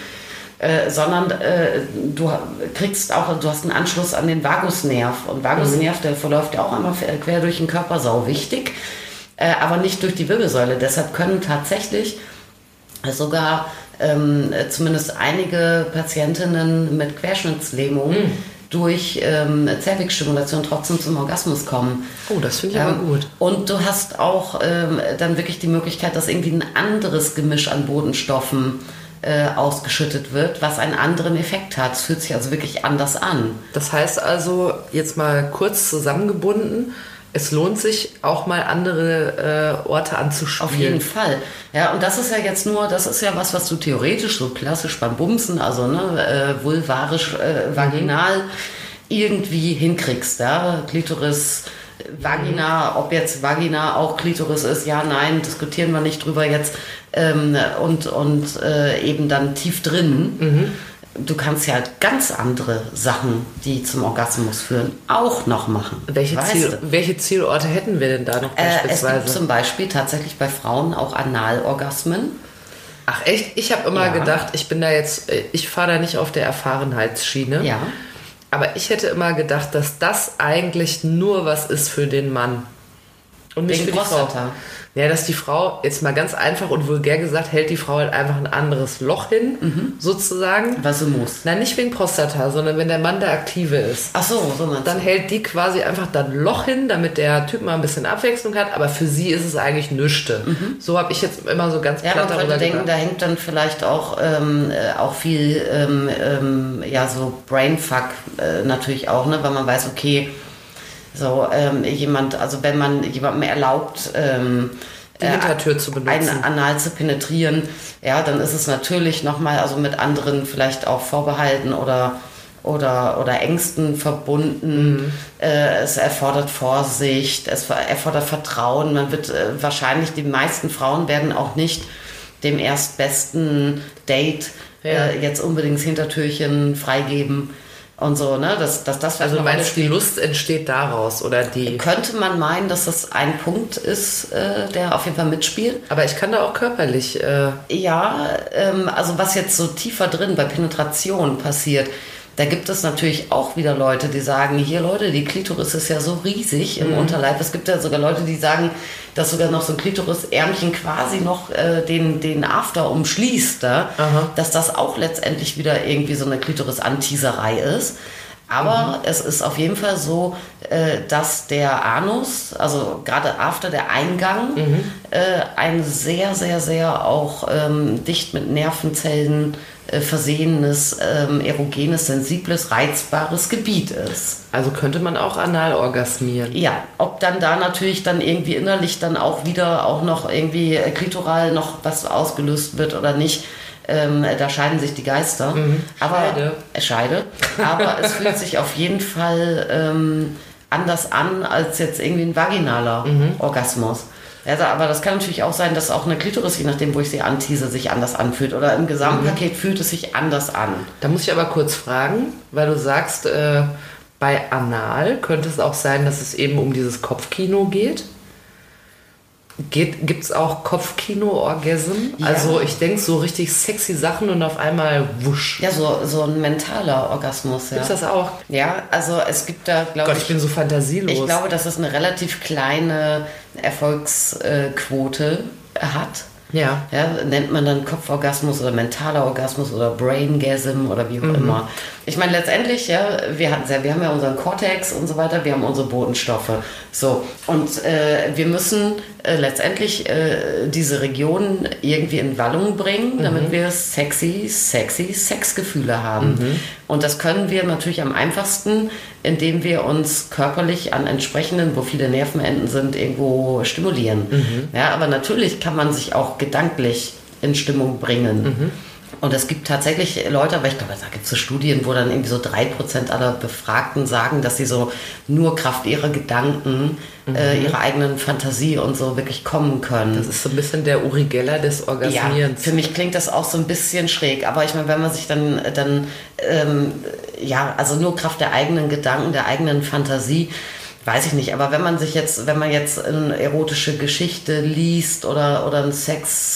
[SPEAKER 3] äh, sondern äh, du ha- kriegst auch, du hast einen Anschluss an den Vagusnerv. Und Vagusnerv, der verläuft ja auch einmal quer durch den Körper, sau wichtig, äh, aber nicht durch die Wirbelsäule. Deshalb können tatsächlich sogar ähm, zumindest einige Patientinnen mit Querschnittslähmung durch ähm, Cervix-Stimulation trotzdem zum Orgasmus kommen.
[SPEAKER 2] Oh, das finde ich aber
[SPEAKER 3] Ähm,
[SPEAKER 2] gut.
[SPEAKER 3] Und du hast auch ähm, dann wirklich die Möglichkeit, dass irgendwie ein anderes Gemisch an Bodenstoffen äh, ausgeschüttet wird, was einen anderen Effekt hat. Es fühlt sich also wirklich anders an.
[SPEAKER 2] Das heißt also, jetzt mal kurz zusammengebunden, es lohnt sich auch mal andere äh, Orte anzuspielen.
[SPEAKER 3] Auf jeden Fall. Ja, und das ist ja jetzt nur, das ist ja was, was du theoretisch so klassisch beim Bumsen, also ne, äh, vulvarisch, äh,
[SPEAKER 2] Mhm.
[SPEAKER 3] vaginal irgendwie hinkriegst. Ja? Klitoris,
[SPEAKER 2] Mhm.
[SPEAKER 3] Vagina, ob jetzt Vagina auch Klitoris ist, ja, nein, diskutieren wir nicht drüber jetzt. Ähm, und und äh, eben dann tief drin.
[SPEAKER 2] Mhm.
[SPEAKER 3] Du kannst ja ganz andere Sachen, die zum Orgasmus führen, auch noch machen.
[SPEAKER 2] Welche,
[SPEAKER 3] Weißt
[SPEAKER 2] Ziel,
[SPEAKER 3] du?
[SPEAKER 2] welche Zielorte hätten wir denn da noch
[SPEAKER 3] Äh, es
[SPEAKER 2] beispielsweise?
[SPEAKER 3] gibt zum Beispiel tatsächlich bei Frauen auch Analorgasmen.
[SPEAKER 2] Ach echt? Ich habe immer
[SPEAKER 3] Ja.
[SPEAKER 2] gedacht, ich bin da jetzt, äh, ich fahre da nicht auf der Erfahrenheitsschiene.
[SPEAKER 3] Ja.
[SPEAKER 2] Aber ich hätte immer gedacht, dass das eigentlich nur was ist für den Mann. Und nicht
[SPEAKER 3] Wegen
[SPEAKER 2] für die Frau.
[SPEAKER 3] Prostata.
[SPEAKER 2] Ja, dass die Frau, jetzt mal ganz einfach und vulgär gesagt, hält die Frau halt einfach ein anderes Loch hin, sozusagen.
[SPEAKER 3] Mhm. Was du musst.
[SPEAKER 2] Nein, nicht wegen Prostata, sondern wenn der Mann der Aktive ist.
[SPEAKER 3] Ach so, so man.
[SPEAKER 2] Dann hält die quasi einfach das Loch hin, damit der Typ mal ein bisschen Abwechslung hat, aber für sie ist es eigentlich nüschte. So habe ich jetzt immer so ganz
[SPEAKER 3] Mhm. ja,
[SPEAKER 2] platt
[SPEAKER 3] man
[SPEAKER 2] darüber
[SPEAKER 3] könnte denken,
[SPEAKER 2] gedacht.
[SPEAKER 3] da hängt dann vielleicht auch, ähm, äh, auch viel, ähm, ähm, ja, so Brainfuck äh, natürlich auch, ne? weil man weiß, okay, so ähm, jemand, also wenn man jemandem erlaubt, ähm,
[SPEAKER 2] Die Hintertür zu benutzen.
[SPEAKER 3] Ein Anal zu penetrieren, ja, dann ist es natürlich nochmal, also mit anderen vielleicht auch Vorbehalten oder, oder, oder Ängsten verbunden.
[SPEAKER 2] Mhm.
[SPEAKER 3] Äh, es erfordert Vorsicht, es ver- erfordert Vertrauen. Man wird äh, wahrscheinlich, die meisten Frauen werden auch nicht dem erstbesten Date
[SPEAKER 2] Ja.
[SPEAKER 3] äh, jetzt unbedingt das Hintertürchen freigeben und so, ne? Dass, dass das vielleicht
[SPEAKER 2] Also
[SPEAKER 3] noch eine
[SPEAKER 2] meinst du, die Lust entsteht daraus oder die.
[SPEAKER 3] könnte man meinen, dass das ein Punkt ist, äh, der auf jeden Fall mitspielt.
[SPEAKER 2] Aber ich kann da auch körperlich. Äh,
[SPEAKER 3] Ja, ähm, also was jetzt so tiefer drin bei Penetration passiert, da gibt es natürlich auch wieder Leute, die sagen, hier Leute, die Klitoris ist ja so riesig im Unterleib. Es gibt ja sogar Leute, die sagen, dass sogar noch so ein Klitorisärmchen quasi noch äh, den, den After umschließt, da, dass das auch letztendlich wieder irgendwie so eine Klitoris-Anteaserei ist. Aber es ist auf jeden Fall so, äh, dass der Anus, also gerade after der Eingang, äh, ein sehr, sehr, sehr auch ähm, dicht mit Nervenzellen äh, versehenes, ähm, erogenes, sensibles, reizbares Gebiet ist.
[SPEAKER 2] also könnte man auch anal orgasmieren.
[SPEAKER 3] Ja, ob dann da natürlich dann irgendwie innerlich dann auch wieder auch noch irgendwie äh, klitoral noch was ausgelöst wird oder nicht, ähm, da scheiden sich die Geister. Aber,
[SPEAKER 2] Mhm. Scheide.
[SPEAKER 3] Äh, Scheide. Aber es fühlt sich auf jeden Fall ähm, anders an als jetzt irgendwie ein vaginaler
[SPEAKER 2] Mhm.
[SPEAKER 3] Orgasmus. Also, aber das kann natürlich auch sein, dass auch eine Klitoris, je nachdem, wo ich sie antease, sich anders anfühlt. Oder im Gesamtpaket
[SPEAKER 2] Mhm.
[SPEAKER 3] fühlt es sich anders an.
[SPEAKER 2] Da muss ich aber kurz fragen, weil du sagst, äh, bei anal könnte es auch sein, dass es eben um dieses Kopfkino geht. geht Gibt es auch Kopfkino-Orgasm?
[SPEAKER 3] Ja.
[SPEAKER 2] Also ich denke so richtig sexy Sachen und auf einmal wusch.
[SPEAKER 3] Ja, so, so ein mentaler Orgasmus. Ja.
[SPEAKER 2] Gibt's das auch?
[SPEAKER 3] Ja, also es gibt da, glaube
[SPEAKER 2] Gott, ich bin so fantasielos.
[SPEAKER 3] Ich glaube, dass es eine relativ kleine Erfolgsquote hat.
[SPEAKER 2] ja.
[SPEAKER 3] Ja, nennt man dann Kopforgasmus oder mentaler Orgasmus oder Braingasm oder wie auch immer. Ich meine, letztendlich, ja, wir, hatten ja, wir haben ja unseren Cortex und so weiter, wir haben unsere Bodenstoffe. So, und äh, wir müssen äh, letztendlich äh, diese Regionen irgendwie in Wallung bringen, damit wir sexy, sexy Sexgefühle haben. Und das können wir natürlich am einfachsten, indem wir uns körperlich an entsprechenden, wo viele Nervenenden sind, irgendwo stimulieren. Ja, aber natürlich kann man sich auch gedanklich in Stimmung bringen. Und es gibt tatsächlich Leute, aber ich glaube, da gibt es so Studien, wo dann irgendwie so drei Prozent aller Befragten sagen, dass sie so nur Kraft ihrer Gedanken, äh, ihrer eigenen Fantasie und so wirklich kommen können.
[SPEAKER 2] Das ist so ein bisschen der Uri Geller des
[SPEAKER 3] ja,
[SPEAKER 2] Orgasmierens.
[SPEAKER 3] für mich klingt das auch so ein bisschen schräg, aber ich meine, wenn man sich dann, dann ähm, ja, also nur Kraft der eigenen Gedanken, der eigenen Fantasie, weiß ich nicht, aber wenn man sich jetzt, wenn man jetzt eine erotische Geschichte liest oder, oder ein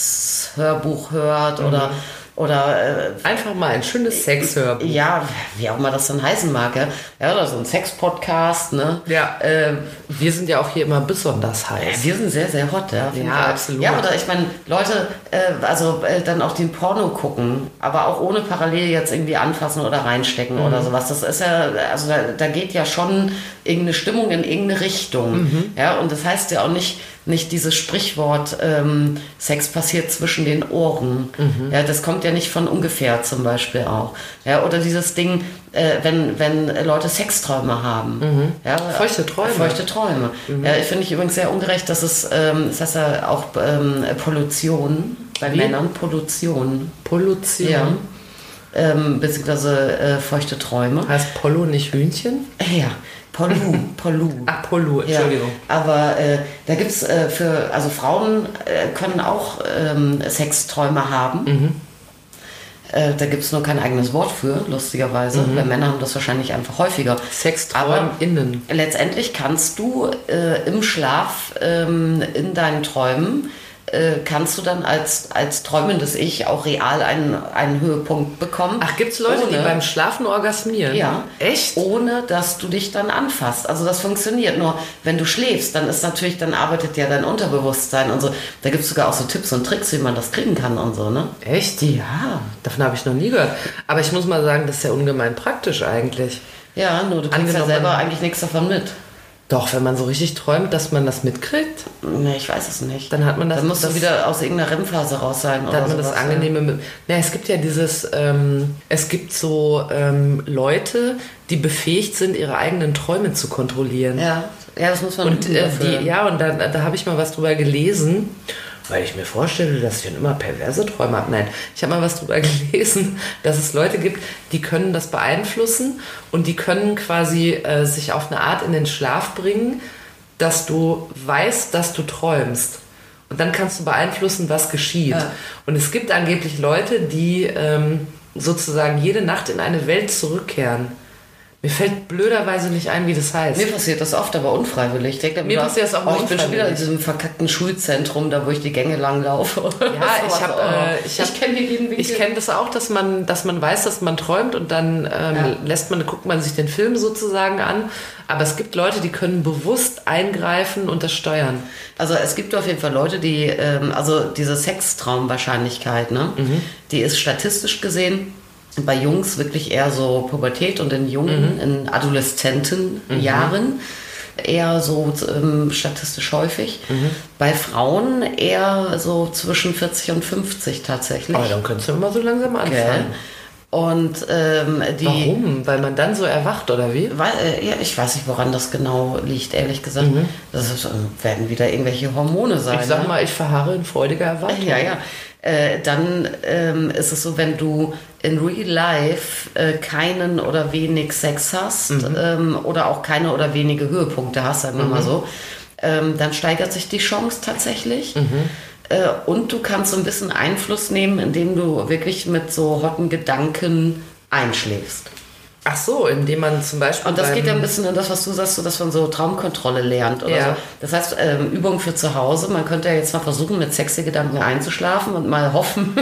[SPEAKER 3] Sexhörbuch hört oder, oder äh,
[SPEAKER 2] Einfach mal ein schönes Sexhörbuch.
[SPEAKER 3] ja, wie auch immer das dann heißen mag, ja, ja oder so ein Sex-Podcast, ne?
[SPEAKER 2] Ja.
[SPEAKER 3] Ähm,
[SPEAKER 2] Wir sind ja auch hier immer besonders heiß.
[SPEAKER 3] wir sind sehr, sehr hot, ja. auf jeden
[SPEAKER 2] Ja,
[SPEAKER 3] Fall.
[SPEAKER 2] absolut.
[SPEAKER 3] Ja, oder ich meine, Leute, äh, also äh, dann auch den Porno gucken, aber auch ohne parallel jetzt irgendwie anfassen oder reinstecken oder sowas. Das ist ja, also da, da geht ja schon irgendeine Stimmung in irgendeine Richtung. Ja, und das heißt ja auch nicht, nicht dieses Sprichwort, ähm, Sex passiert zwischen den Ohren. Ja, das kommt ja nicht von ungefähr zum Beispiel auch. Ja, oder dieses Ding, äh, wenn, wenn Leute Sexträume haben. Ja,
[SPEAKER 2] Feuchte Träume.
[SPEAKER 3] Mhm. Feuchte Träume.
[SPEAKER 2] Mhm.
[SPEAKER 3] Ja, ich finde ich übrigens sehr ungerecht, dass es, ähm, das heißt ja auch ähm, Pollution bei
[SPEAKER 2] Wie?
[SPEAKER 3] Männern, Pollution,
[SPEAKER 2] Pollution.
[SPEAKER 3] ja, ähm, beziehungsweise äh, feuchte Träume.
[SPEAKER 2] Heißt Pollo nicht Hühnchen?
[SPEAKER 3] Ja, Pollu, Pollu.
[SPEAKER 2] Ach, Pollo,
[SPEAKER 3] Ja,
[SPEAKER 2] Ah, Entschuldigung.
[SPEAKER 3] aber äh, da gibt es äh, für, also Frauen äh, können auch ähm, Sexträume haben.
[SPEAKER 2] Mhm.
[SPEAKER 3] Äh, da gibt es nur kein eigenes Wort für, lustigerweise.
[SPEAKER 2] Mhm.
[SPEAKER 3] Bei Männern haben das wahrscheinlich einfach häufiger.
[SPEAKER 2] Sexträumen
[SPEAKER 3] Aber-
[SPEAKER 2] innen.
[SPEAKER 3] Letztendlich kannst du äh, im Schlaf, ähm, in deinen Träumen, äh, kannst du dann als, als träumendes Ich auch real einen, einen Höhepunkt bekommen.
[SPEAKER 2] Ach, gibt's Leute, die
[SPEAKER 3] Ohne-
[SPEAKER 2] beim Schlafen orgasmieren?
[SPEAKER 3] ja.
[SPEAKER 2] Echt?
[SPEAKER 3] Ohne, dass du dich dann anfasst. Also das funktioniert. Nur wenn du schläfst, dann ist natürlich, dann arbeitet ja dein Unterbewusstsein und so. Da gibt es sogar auch so Tipps und Tricks, wie man das kriegen kann und so, ne?
[SPEAKER 2] Echt? Ja. Davon habe ich noch nie gehört. Aber ich muss mal sagen, das ist ja ungemein praktisch eigentlich.
[SPEAKER 3] Ja, nur du kriegst ja
[SPEAKER 2] Angenommen.
[SPEAKER 3] selber eigentlich nichts davon mit.
[SPEAKER 2] Doch, wenn man so richtig träumt, dass man das mitkriegt,
[SPEAKER 3] Ne, ich weiß es nicht.
[SPEAKER 2] Dann hat man das-
[SPEAKER 3] Dann musst
[SPEAKER 2] das-
[SPEAKER 3] du wieder aus irgendeiner REM-Phase raus sein
[SPEAKER 2] dann
[SPEAKER 3] oder
[SPEAKER 2] hat man das
[SPEAKER 3] sowas, ja.
[SPEAKER 2] angenehme mit. Na, es gibt ja dieses, ähm, es gibt so ähm, Leute, die befähigt sind, ihre eigenen Träume zu kontrollieren.
[SPEAKER 3] Ja, ja das muss man
[SPEAKER 2] Und äh,
[SPEAKER 3] dafür-
[SPEAKER 2] die, ja, und dann, da habe ich mal was drüber gelesen, weil ich mir vorstelle, dass ich dann immer perverse Träume habe. Nein, ich habe mal was drüber gelesen, dass es Leute gibt, die können das beeinflussen und die können quasi äh, sich auf eine Art in den Schlaf bringen, dass du weißt, dass du träumst. Und dann kannst du beeinflussen, was geschieht.
[SPEAKER 3] Ja.
[SPEAKER 2] Und es gibt angeblich Leute, die ähm, sozusagen jede Nacht in eine Welt zurückkehren. Mir fällt blöderweise nicht ein, wie das heißt.
[SPEAKER 3] Mir passiert das oft, aber unfreiwillig. Ich denk dann
[SPEAKER 2] Mir
[SPEAKER 3] wieder,
[SPEAKER 2] passiert das auch
[SPEAKER 3] oh, ich bin schon wieder in
[SPEAKER 2] unfreiwillig.
[SPEAKER 3] diesem verkackten Schulzentrum, da wo ich die Gänge lang laufe.
[SPEAKER 2] Ja, ich habe, äh, ich, hab,
[SPEAKER 3] ich kenne hier jeden Winkel.
[SPEAKER 2] Ich kenne das auch, dass man, dass man weiß, dass man träumt und dann ähm,
[SPEAKER 3] Ja.
[SPEAKER 2] lässt man, guckt man sich den Film sozusagen an. Aber es gibt Leute, die können bewusst eingreifen und das steuern.
[SPEAKER 3] Also es gibt auf jeden Fall Leute, die, ähm, also diese Sextraumwahrscheinlichkeit, ne,
[SPEAKER 2] Mhm.
[SPEAKER 3] die ist statistisch gesehen bei Jungs wirklich eher so Pubertät und in jungen,
[SPEAKER 2] Mhm.
[SPEAKER 3] in Adoleszentenjahren eher so ähm, statistisch häufig.
[SPEAKER 2] Mhm.
[SPEAKER 3] Bei Frauen eher so zwischen 40 und 50 tatsächlich.
[SPEAKER 2] Aber dann könntest du immer so langsam
[SPEAKER 3] Gell?
[SPEAKER 2] anfangen.
[SPEAKER 3] Und ähm, die.
[SPEAKER 2] Warum? Weil man dann so erwacht oder wie?
[SPEAKER 3] Weil, äh, ja, ich weiß nicht, woran das genau liegt, ehrlich gesagt. Das ist, äh, werden wieder irgendwelche Hormone sein.
[SPEAKER 2] Mhm. Ich sag
[SPEAKER 3] ne?
[SPEAKER 2] mal, ich verharre in freudiger Erwartung.
[SPEAKER 3] Ja, ja. Äh, dann ähm, ist es so, wenn du in real life äh, keinen oder wenig Sex hast ähm, oder auch keine oder wenige Höhepunkte hast, sagen wir mal so, ähm, dann steigert sich die Chance tatsächlich. Äh, und du kannst so ein bisschen Einfluss nehmen, indem du wirklich mit so hotten Gedanken einschläfst.
[SPEAKER 2] Ach so, indem man zum Beispiel.
[SPEAKER 3] Und das
[SPEAKER 2] beim-
[SPEAKER 3] geht ja ein bisschen in das, was du sagst, so, dass man so Traumkontrolle lernt oder
[SPEAKER 2] Ja.
[SPEAKER 3] so. Das heißt, ähm, Übung für zu Hause. Man könnte ja jetzt mal versuchen, mit sexy Gedanken einzuschlafen und mal hoffen.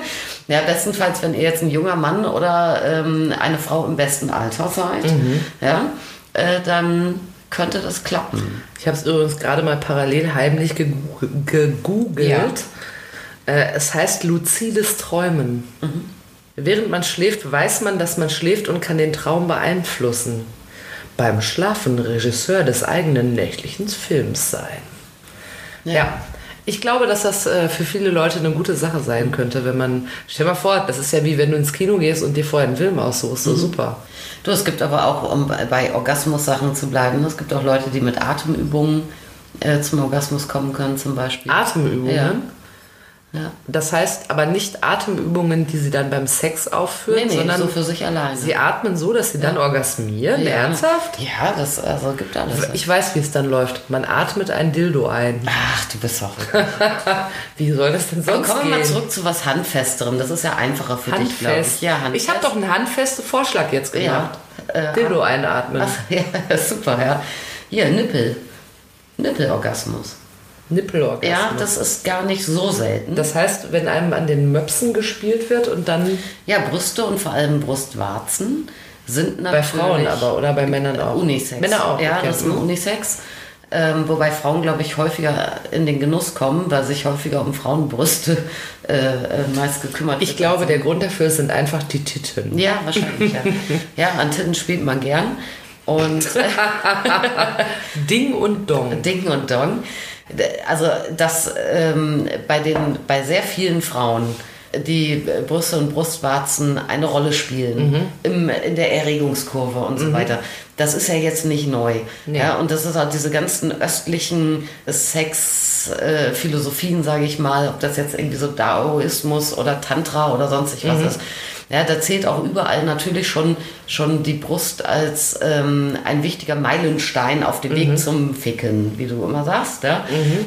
[SPEAKER 3] ja, bestenfalls, wenn ihr jetzt ein junger Mann oder ähm, eine Frau im besten Alter seid,
[SPEAKER 2] Mhm.
[SPEAKER 3] ja, äh, dann könnte das klappen.
[SPEAKER 2] Ich habe es übrigens gerade mal parallel heimlich ge- gegoogelt.
[SPEAKER 3] Ja.
[SPEAKER 2] Äh, es heißt luzides Träumen. Während man schläft, weiß man, dass man schläft und kann den Traum beeinflussen. Beim Schlafen Regisseur des eigenen nächtlichen Films sein. Ja. Ich glaube, dass das äh, für viele Leute eine gute Sache sein könnte, wenn man. Stell mal vor, das ist ja wie wenn du ins Kino gehst und dir vorher einen Film aussuchst. So super.
[SPEAKER 3] Du, es gibt aber auch, um bei Orgasmus-Sachen zu bleiben, es gibt auch Leute, die
[SPEAKER 2] Ah,
[SPEAKER 3] mit Atemübungen äh, zum Orgasmus kommen können, zum Beispiel.
[SPEAKER 2] Atemübungen.
[SPEAKER 3] Ja. Ja.
[SPEAKER 2] Das heißt aber nicht Atemübungen, die sie dann beim Sex aufführen,
[SPEAKER 3] Nee, nee,
[SPEAKER 2] sondern
[SPEAKER 3] so für sich alleine.
[SPEAKER 2] sie atmen so, dass sie dann orgasmieren.
[SPEAKER 3] ja.
[SPEAKER 2] Ernsthaft?
[SPEAKER 3] Ja, das also gibt alles.
[SPEAKER 2] Ich weiß, wie es dann läuft. Man atmet ein Dildo ein.
[SPEAKER 3] Ach, du bist doch.
[SPEAKER 2] Wie soll das denn
[SPEAKER 3] Aber
[SPEAKER 2] sonst
[SPEAKER 3] kommen
[SPEAKER 2] gehen?
[SPEAKER 3] wir mal zurück zu was Handfesterem. Das ist ja einfacher für dich, glaube
[SPEAKER 2] Handfest.
[SPEAKER 3] ich. Ja,
[SPEAKER 2] ich habe doch einen handfesten Vorschlag jetzt
[SPEAKER 3] Ja.
[SPEAKER 2] gemacht. Dildo einatmen.
[SPEAKER 3] Ach, ja, super, ja. Hier, Nippel. Nippelorgasmus.
[SPEAKER 2] Nippelorgasmus.
[SPEAKER 3] Ja, das ist gar nicht so selten.
[SPEAKER 2] das heißt, wenn einem an den Möpsen gespielt wird und dann
[SPEAKER 3] Ja, Brüste und vor allem Brustwarzen sind
[SPEAKER 2] bei
[SPEAKER 3] natürlich
[SPEAKER 2] Frauen aber oder bei Männern auch.
[SPEAKER 3] Unisex.
[SPEAKER 2] Männer auch.
[SPEAKER 3] Ja,
[SPEAKER 2] okay. mhm.
[SPEAKER 3] das ist ein Unisex. Ähm, wobei Frauen, glaube ich, häufiger in den Genuss kommen, weil sich häufiger um Frauenbrüste äh, äh, meist gekümmert wird.
[SPEAKER 2] ich glaube,
[SPEAKER 3] Also-
[SPEAKER 2] der Grund dafür sind einfach die Titten.
[SPEAKER 3] Ja, wahrscheinlich, ja. ja, an Titten spielt man gern. Und äh,
[SPEAKER 2] Ding und Dong.
[SPEAKER 3] Ding und Dong. Also das ähm, bei den bei sehr vielen Frauen die äh, Brüste und Brustwarzen eine Rolle spielen im, in der Erregungskurve und so weiter. Das ist ja jetzt nicht neu. Ja, und das ist auch diese ganzen östlichen Sex-Philosophien, sage ich mal, ob das jetzt irgendwie so Daoismus oder Tantra oder sonstig was ist. Ja, da zählt auch überall natürlich schon, schon die Brust als ähm, ein wichtiger Meilenstein auf dem
[SPEAKER 2] Mhm.
[SPEAKER 3] Weg zum Ficken, wie du immer sagst. Ja?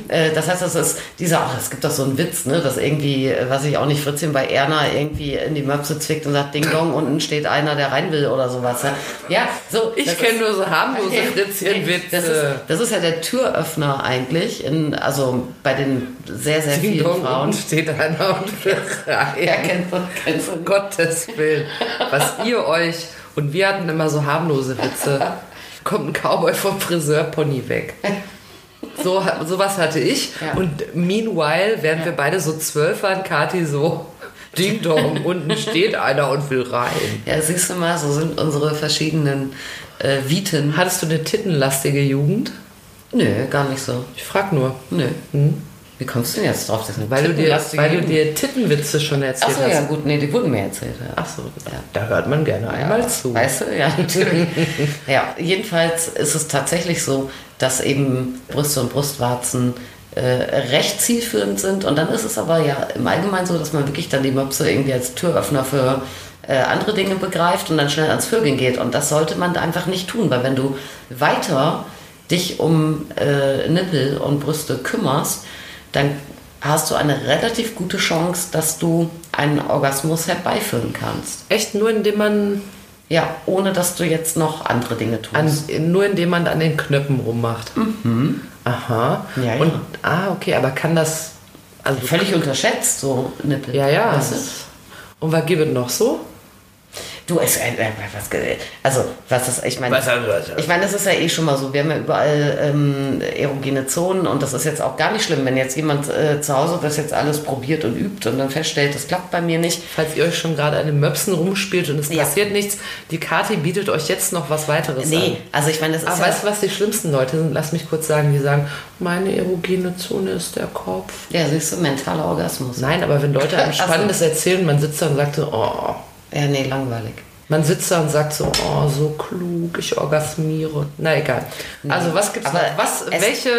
[SPEAKER 3] Äh, das heißt, das ist dieser, ach, es gibt doch so einen Witz, ne, dass irgendwie, äh, weiß ich auch nicht, Fritzchen bei Erna irgendwie in die Möpse zwickt und sagt, Ding Dong, unten steht einer, der rein will oder sowas. Ja, ja so.
[SPEAKER 2] Ich
[SPEAKER 3] das
[SPEAKER 2] kenne
[SPEAKER 3] ist-
[SPEAKER 2] nur so harmlose äh,
[SPEAKER 3] das ist,
[SPEAKER 2] Fritzchenwitze.
[SPEAKER 3] das ist ja der Türöffner eigentlich, in, also bei den sehr, sehr
[SPEAKER 2] Ding
[SPEAKER 3] vielen
[SPEAKER 2] Dong
[SPEAKER 3] Frauen.
[SPEAKER 2] unten steht einer und will rein.
[SPEAKER 3] Ja, kennst du, kennst du.
[SPEAKER 2] Um Gottes Willen. Was ihr euch. Und wir hatten immer so harmlose Witze. Kommt ein Cowboy vom Friseurpony weg. So, sowas hatte ich.
[SPEAKER 3] Ja.
[SPEAKER 2] Und meanwhile, während wir beide so zwölf waren, Kathi so, Ding Dong, unten steht einer und will rein.
[SPEAKER 3] Ja, siehst du mal, so sind unsere verschiedenen äh, Viten.
[SPEAKER 2] Hattest du eine tittenlastige Jugend?
[SPEAKER 3] Nö, gar nicht so.
[SPEAKER 2] Ich frag nur. Hm?
[SPEAKER 3] Nö. Wie kommst du denn jetzt drauf? Das ist eine
[SPEAKER 2] Weil du, dir,
[SPEAKER 3] tittenlastige
[SPEAKER 2] weil du
[SPEAKER 3] Jugend.
[SPEAKER 2] dir Tittenwitze schon erzählt
[SPEAKER 3] Achso,
[SPEAKER 2] hast.
[SPEAKER 3] ja gut, nee, die wurden mir erzählt. Ja.
[SPEAKER 2] Achso,
[SPEAKER 3] Ja.
[SPEAKER 2] da hört man gerne einmal
[SPEAKER 3] Ja,
[SPEAKER 2] zu.
[SPEAKER 3] Weißt du, ja, natürlich. ja, jedenfalls ist es tatsächlich so, dass eben Brüste und Brustwarzen äh, recht zielführend sind. Und dann ist es aber ja im Allgemeinen so, dass man wirklich dann die Möpse irgendwie als Türöffner für äh, andere Dinge begreift und dann schnell ans Vögeln geht. Und das sollte man da einfach nicht tun, weil wenn du weiter dich um äh, Nippel und Brüste kümmerst, dann hast du eine relativ gute Chance, dass du einen Orgasmus herbeiführen kannst.
[SPEAKER 2] Echt nur, indem man
[SPEAKER 3] Ja, ohne dass du jetzt noch andere Dinge tust.
[SPEAKER 2] An, nur indem man an den Knöpfen rummacht. Aha.
[SPEAKER 3] Mhm. Ja, ja.
[SPEAKER 2] Und, ah, okay, aber kann das. Also,
[SPEAKER 3] Völlig unterschätzt, so Nippel.
[SPEAKER 2] ja, ja. Also,
[SPEAKER 3] Weißt du?
[SPEAKER 2] Und was gibt es noch so?
[SPEAKER 3] Du, es, äh, äh, was, ge- also, was ist, ich meine,
[SPEAKER 2] Was, was, was?
[SPEAKER 3] ich meine, das ist ja eh schon mal so, wir haben ja überall ähm, erogene Zonen und das ist jetzt auch gar nicht schlimm, wenn jetzt jemand äh, zu Hause das jetzt alles probiert und übt und dann feststellt, das klappt bei mir nicht.
[SPEAKER 2] Falls ihr euch schon gerade an den Möpsen rumspielt und es
[SPEAKER 3] Ja.
[SPEAKER 2] passiert nichts, die Kati bietet euch jetzt noch was weiteres
[SPEAKER 3] Nee,
[SPEAKER 2] an.
[SPEAKER 3] also ich meine, das ist
[SPEAKER 2] Aber
[SPEAKER 3] ja,
[SPEAKER 2] weißt du, was die schlimmsten Leute sind? Lass mich kurz sagen, die sagen, meine erogene Zone ist der Kopf.
[SPEAKER 3] ja, siehst du, mentaler Orgasmus.
[SPEAKER 2] Nein, aber wenn Leute einem
[SPEAKER 3] Ach so.
[SPEAKER 2] Spannendes erzählen, man sitzt da und sagt so, oh.
[SPEAKER 3] Ja, nee, langweilig.
[SPEAKER 2] Man sitzt da und sagt so, oh, so klug, ich orgasmiere. Na egal. Also was gibt's
[SPEAKER 3] Aber
[SPEAKER 2] noch? Was,
[SPEAKER 3] es-
[SPEAKER 2] welche,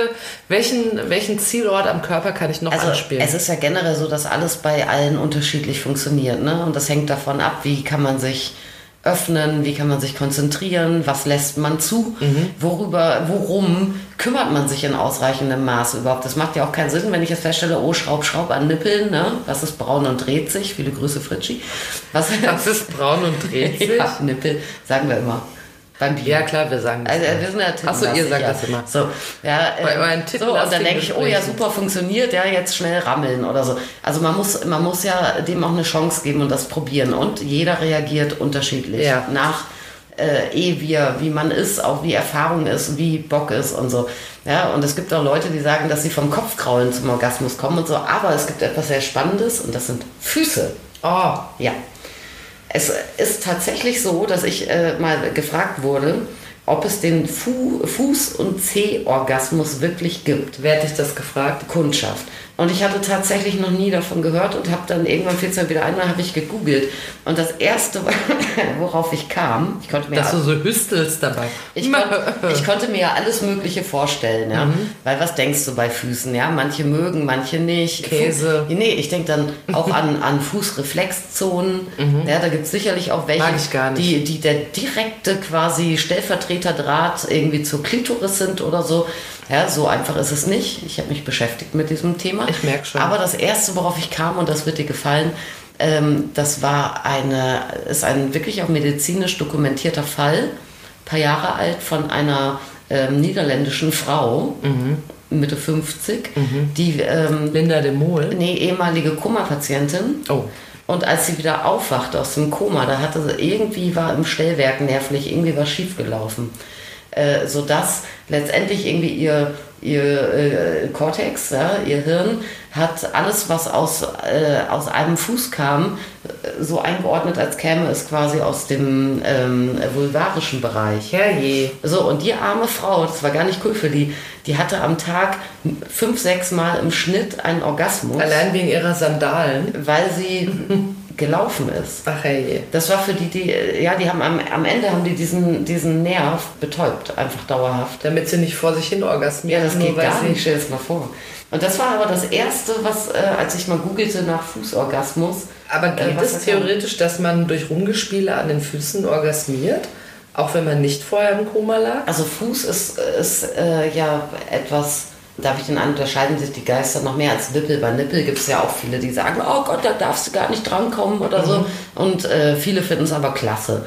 [SPEAKER 2] welchen, welchen Zielort am Körper kann ich noch anspielen?
[SPEAKER 3] Also, Es ist ja generell so, dass alles bei allen unterschiedlich funktioniert. Ne? Und das hängt davon ab, wie kann man sich öffnen, wie kann man sich konzentrieren, was lässt man zu,
[SPEAKER 2] Mhm.
[SPEAKER 3] worüber, worum kümmert man sich in ausreichendem Maße überhaupt. Das macht ja auch keinen Sinn, wenn ich jetzt feststelle, oh, schraub, schraub an Nippeln, ne? was ist braun und dreht sich, viele Grüße Fritschi. Was,
[SPEAKER 2] das ist braun und dreht sich.
[SPEAKER 3] ja, Nippel, sagen wir immer. Beim Bier.
[SPEAKER 2] Ja klar, wir sagen das.
[SPEAKER 3] Also,
[SPEAKER 2] mal.
[SPEAKER 3] wir sind ja
[SPEAKER 2] Ach so, ihr
[SPEAKER 3] tittenlastig,
[SPEAKER 2] sagt
[SPEAKER 3] ja.
[SPEAKER 2] das immer.
[SPEAKER 3] So, ja,
[SPEAKER 2] Bei
[SPEAKER 3] ähm,
[SPEAKER 2] euren Titten-
[SPEAKER 3] so, und dann
[SPEAKER 2] lastigen
[SPEAKER 3] denke ich, oh ja,
[SPEAKER 2] Gesprächen.
[SPEAKER 3] super funktioniert, ja, jetzt schnell rammeln oder so. Also man muss, man muss ja dem auch eine Chance geben und das probieren. Und jeder reagiert unterschiedlich
[SPEAKER 2] Ja.
[SPEAKER 3] nach äh, eh wir, wie man ist, auch wie Erfahrung ist, wie Bock ist und so. Ja, und es gibt auch Leute, die sagen, dass sie vom Kopfkraulen zum Orgasmus kommen und so. Aber es gibt etwas sehr Spannendes und das sind Füße.
[SPEAKER 2] Oh,
[SPEAKER 3] Ja. Es ist tatsächlich so, dass ich äh, mal gefragt wurde, ob es den Fu Fuß- und Zeh-Orgasmus wirklich gibt.
[SPEAKER 2] wer hat dich das gefragt?
[SPEAKER 3] Kundschaft. Und ich hatte tatsächlich noch nie davon gehört und habe dann irgendwann viel Zeit wieder einmal habe ich gegoogelt. Und das erste, worauf ich kam, ich konnte mir
[SPEAKER 2] Dass du so hüstelst dabei.
[SPEAKER 3] ich, konnte, ich konnte mir ja alles Mögliche vorstellen, ja.
[SPEAKER 2] Mhm.
[SPEAKER 3] Weil was denkst du bei Füßen, ja? Manche mögen, manche nicht.
[SPEAKER 2] Käse.
[SPEAKER 3] Fu- nee, ich denke dann auch an, an Fußreflexzonen. Ja, da gibt es sicherlich auch welche,
[SPEAKER 2] Mhm. Mag ich gar nicht.
[SPEAKER 3] Die, die der direkte quasi Stellvertreterdraht irgendwie zur Klitoris sind oder so. Ja, so einfach ist es nicht. Ich habe mich beschäftigt mit diesem Thema.
[SPEAKER 2] Ich merk schon.
[SPEAKER 3] Aber das erste, worauf ich kam, und das wird dir gefallen, ähm, das war eine, ist ein wirklich auch medizinisch dokumentierter Fall, paar Jahre alt, von einer ähm, niederländischen Frau,
[SPEAKER 2] Mhm.
[SPEAKER 3] Mitte 50, die ähm,
[SPEAKER 2] Linda de Mol.
[SPEAKER 3] nee, ehemalige Koma-Patientin.
[SPEAKER 2] Oh.
[SPEAKER 3] Und als sie wieder aufwachte aus dem Koma, da hatte sie irgendwie war im Stellwerk nervlich, irgendwie was schiefgelaufen. Äh, sodass letztendlich irgendwie ihr, ihr äh, Cortex, ja, ihr Hirn, hat alles, was aus, äh, aus einem Fuß kam, äh, so eingeordnet, als käme es quasi aus dem ähm, vulvarischen Bereich.
[SPEAKER 2] Herrje.
[SPEAKER 3] So, und die arme Frau, das war gar nicht cool für die, die hatte am Tag fünf, sechs Mal im Schnitt einen Orgasmus
[SPEAKER 2] Allein wegen ihrer Sandalen.
[SPEAKER 3] weil sie gelaufen ist.
[SPEAKER 2] Ach herrje.
[SPEAKER 3] Das war für die, die, ja, die haben am, am Ende haben die diesen, diesen Nerv betäubt, einfach dauerhaft.
[SPEAKER 2] Damit sie nicht vor sich hin orgasmiert.
[SPEAKER 3] Ja, das
[SPEAKER 2] nur
[SPEAKER 3] geht
[SPEAKER 2] weil
[SPEAKER 3] gar
[SPEAKER 2] sie-
[SPEAKER 3] nicht, stell dir das mal vor. Und das war aber das Erste, was, äh, als ich mal googelte nach Fußorgasmus.
[SPEAKER 2] Aber geht
[SPEAKER 3] Äh, was
[SPEAKER 2] es
[SPEAKER 3] da kam.
[SPEAKER 2] theoretisch, dass man durch Rumgespiele an den Füßen orgasmiert? Auch wenn man nicht vorher im Koma lag?
[SPEAKER 3] Also Fuß ist, ist äh, ja etwas, darf ich den an, unterscheiden sich die Geister noch mehr als Nippel. Bei Nippel gibt es ja auch viele, die sagen, oh Gott, da darfst du gar nicht drankommen oder so. Und äh, viele finden es aber klasse.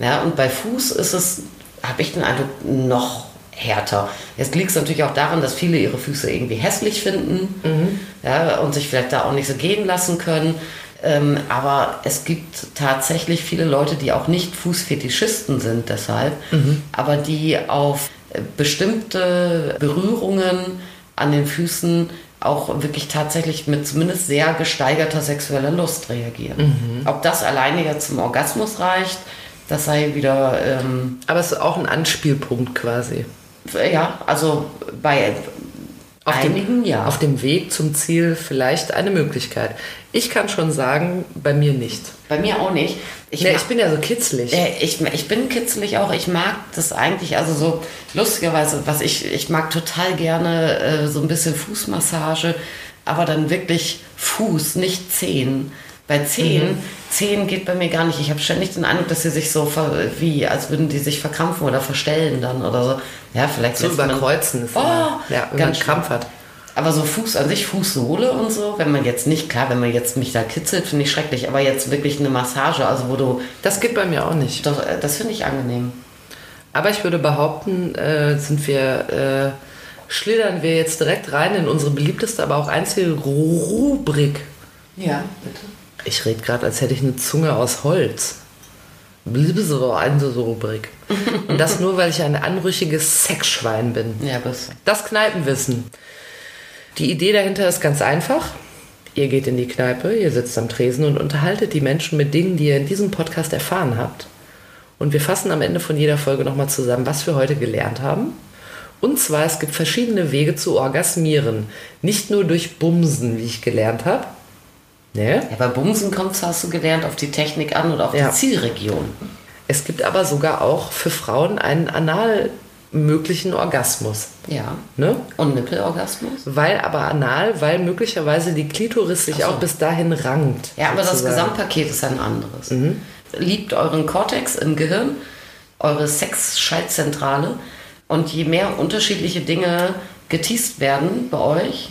[SPEAKER 3] Ja, und bei Fuß ist es, habe ich den Eindruck, noch härter. Jetzt liegt es natürlich auch daran, dass viele ihre Füße irgendwie hässlich finden ja, und sich vielleicht da auch nicht so gehen lassen können. Ähm, aber es gibt tatsächlich viele Leute, die auch nicht Fußfetischisten sind deshalb, aber die auf äh, bestimmte Berührungen an den Füßen auch wirklich tatsächlich mit zumindest sehr gesteigerter sexueller Lust reagieren. Ob das alleine ja zum Orgasmus reicht, das sei wieder... Ähm,
[SPEAKER 2] Aber es ist auch ein Anspielpunkt quasi.
[SPEAKER 3] ja, also bei
[SPEAKER 2] Auf dem-
[SPEAKER 3] einigen ja.
[SPEAKER 2] Auf dem Weg zum Ziel vielleicht eine Möglichkeit. Ich kann schon sagen, bei mir nicht.
[SPEAKER 3] bei mir auch nicht. Ich,
[SPEAKER 2] Ich, nee,
[SPEAKER 3] mag,
[SPEAKER 2] ich bin ja so kitzlig.
[SPEAKER 3] äh, ich, ich bin kitzelig auch. Ich mag das eigentlich, also so lustigerweise, was ich, ich mag total gerne äh, so ein bisschen Fußmassage, aber dann wirklich Fuß, nicht Zehen. Bei Zehen,
[SPEAKER 2] Mhm.
[SPEAKER 3] Zehen geht bei mir gar nicht. Ich habe ständig den Eindruck, dass sie sich so ver wie, als würden die sich verkrampfen oder verstellen dann oder so. Ja, vielleicht
[SPEAKER 2] so
[SPEAKER 3] setzt man-
[SPEAKER 2] überkreuzen ist
[SPEAKER 3] Oh,
[SPEAKER 2] immer- ja, wenn man
[SPEAKER 3] ganz schlimm.
[SPEAKER 2] Krampf hat.
[SPEAKER 3] Aber so Fuß an sich, Fußsohle und so, wenn man jetzt nicht, klar, wenn man jetzt mich da kitzelt, finde ich schrecklich, aber jetzt wirklich eine Massage, also wo du,
[SPEAKER 2] Das geht bei mir auch nicht.
[SPEAKER 3] doch, äh, das finde ich angenehm.
[SPEAKER 2] Aber ich würde behaupten, äh, sind wir, äh, schlittern wir jetzt direkt rein in unsere beliebteste, aber auch einzige Rubrik.
[SPEAKER 3] Ja, bitte.
[SPEAKER 2] Ich rede gerade, als hätte ich eine Zunge aus Holz. Bliebe so eine so Rubrik. Und das nur, weil ich ein anrüchiges Sexschwein bin.
[SPEAKER 3] Ja, bis.
[SPEAKER 2] Das Kneipenwissen. Die Idee dahinter ist ganz einfach. Ihr geht in die Kneipe, ihr sitzt am Tresen und unterhaltet die Menschen mit Dingen, die ihr in diesem Podcast erfahren habt. Und wir fassen am Ende von jeder Folge nochmal zusammen, was wir heute gelernt haben. Und zwar, es gibt verschiedene Wege zu orgasmieren. Nicht nur durch Bumsen, wie ich gelernt habe. Ne?
[SPEAKER 3] Ja, bei Bumsen kommt's, hast du gelernt, auf die Technik an und auf
[SPEAKER 2] Ja.
[SPEAKER 3] die Zielregion.
[SPEAKER 2] Es gibt aber sogar auch für Frauen einen anal möglichen Orgasmus.
[SPEAKER 3] Ja.
[SPEAKER 2] Ne?
[SPEAKER 3] Und Nippelorgasmus?
[SPEAKER 2] Weil aber anal, weil möglicherweise die Klitoris sich
[SPEAKER 3] Ach so.
[SPEAKER 2] auch bis dahin rankt.
[SPEAKER 3] Ja, aber das
[SPEAKER 2] sozusagen.
[SPEAKER 3] Gesamtpaket ist ein anderes. Liebt euren Kortex im Gehirn, eure Sexschaltzentrale und je mehr unterschiedliche Dinge geteased werden bei euch,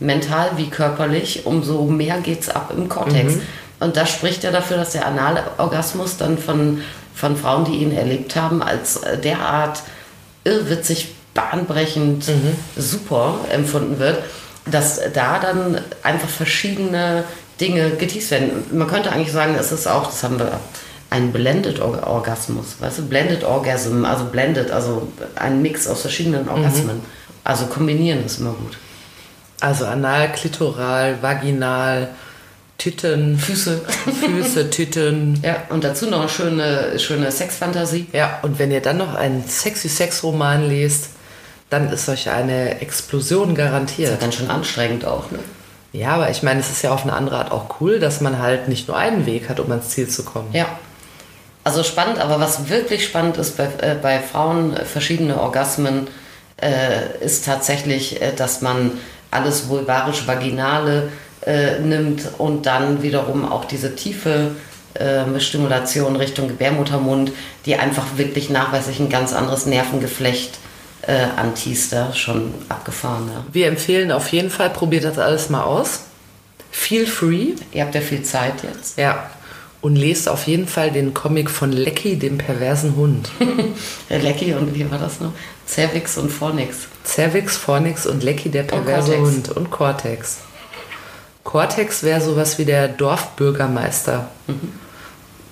[SPEAKER 3] mental wie körperlich, umso mehr geht's ab im Kortex. Und das spricht ja dafür, dass der Analorgasmus dann von, von Frauen, die ihn erlebt haben, als äh, derart irrwitzig, bahnbrechend, super empfunden wird, dass da dann einfach verschiedene Dinge geteased werden. Man könnte eigentlich sagen, es ist auch, das haben wir, ein Blended Or- Orgasmus, weißt du, Blended Orgasm, also Blended, also ein Mix aus verschiedenen Orgasmen. Also kombinieren ist immer gut.
[SPEAKER 2] Also anal, klitoral, vaginal, Titten,
[SPEAKER 3] Füße.
[SPEAKER 2] Füße, Titten.
[SPEAKER 3] Ja, und dazu noch eine schöne, schöne Sexfantasie.
[SPEAKER 2] Ja, und wenn ihr dann noch einen sexy Sex-Roman lest, dann ist euch eine Explosion
[SPEAKER 3] Ist ja
[SPEAKER 2] garantiert.
[SPEAKER 3] ganz schön anstrengend auch, ne?
[SPEAKER 2] Ja, aber ich meine, es ist ja auf eine andere Art auch cool, dass man halt nicht nur einen Weg hat, um ans Ziel zu kommen.
[SPEAKER 3] Ja. Also spannend, aber was wirklich spannend ist bei, äh, bei Frauen, äh, verschiedene Orgasmen, äh, ist tatsächlich, äh, dass man alles vulvarisch-vaginale äh, nimmt und dann wiederum auch diese tiefe ähm, Stimulation Richtung Gebärmuttermund, die einfach wirklich nachweislich ein ganz anderes Nervengeflecht äh, antießt, da schon abgefahren. Ja.
[SPEAKER 2] Wir empfehlen auf jeden Fall, probiert das alles mal aus. Feel free.
[SPEAKER 3] Ihr habt ja viel Zeit jetzt.
[SPEAKER 2] Ja. Und lest auf jeden Fall den Comic von Lecky, dem perversen Hund.
[SPEAKER 3] Herr Äh, Lecky und wie war das noch? Cervix und Fornix.
[SPEAKER 2] Cervix, Fornix und Lecky, der perverse
[SPEAKER 3] Cortex.
[SPEAKER 2] Hund. Und Cortex. Cortex wäre sowas wie der Dorfbürgermeister.
[SPEAKER 3] Mhm.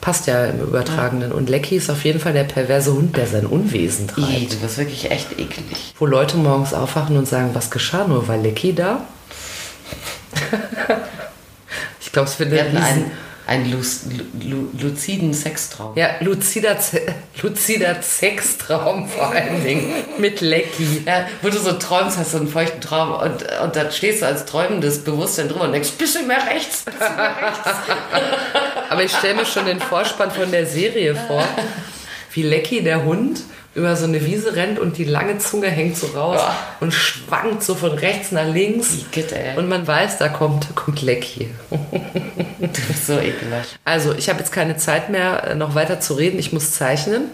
[SPEAKER 2] Passt ja im Übertragenen. Und Lecky ist auf jeden Fall der perverse Hund, der sein Unwesen treibt.
[SPEAKER 3] Ih, du bist wirklich echt eklig.
[SPEAKER 2] Wo Leute morgens aufwachen und sagen, was geschah nur, war Lecky da? ich glaube, es wird
[SPEAKER 3] Wir
[SPEAKER 2] eine
[SPEAKER 3] hatten
[SPEAKER 2] riesen...
[SPEAKER 3] einen, einen luz, lu, luziden Sextraum.
[SPEAKER 2] Ja, lucider, Ze- lucider Sextraum vor allen Dingen mit Lecky.
[SPEAKER 3] Ja, wo du so träumst, hast so einen feuchten Traum und, und dann stehst du als träumendes Bewusstsein drüber und denkst, bisschen mehr rechts, bisschen mehr rechts.
[SPEAKER 2] Aber ich stelle mir schon den Vorspann von der Serie vor, wie Lecky, der Hund, über so eine Wiese rennt und die lange Zunge hängt so raus
[SPEAKER 3] Boah.
[SPEAKER 2] und schwankt so von rechts nach links.
[SPEAKER 3] Igitt, ey.
[SPEAKER 2] Und man weiß, da kommt, kommt Lecky.
[SPEAKER 3] Du bist so ekelhaft.
[SPEAKER 2] Also, ich habe jetzt keine Zeit mehr, äh, noch weiter zu reden. Ich muss zeichnen.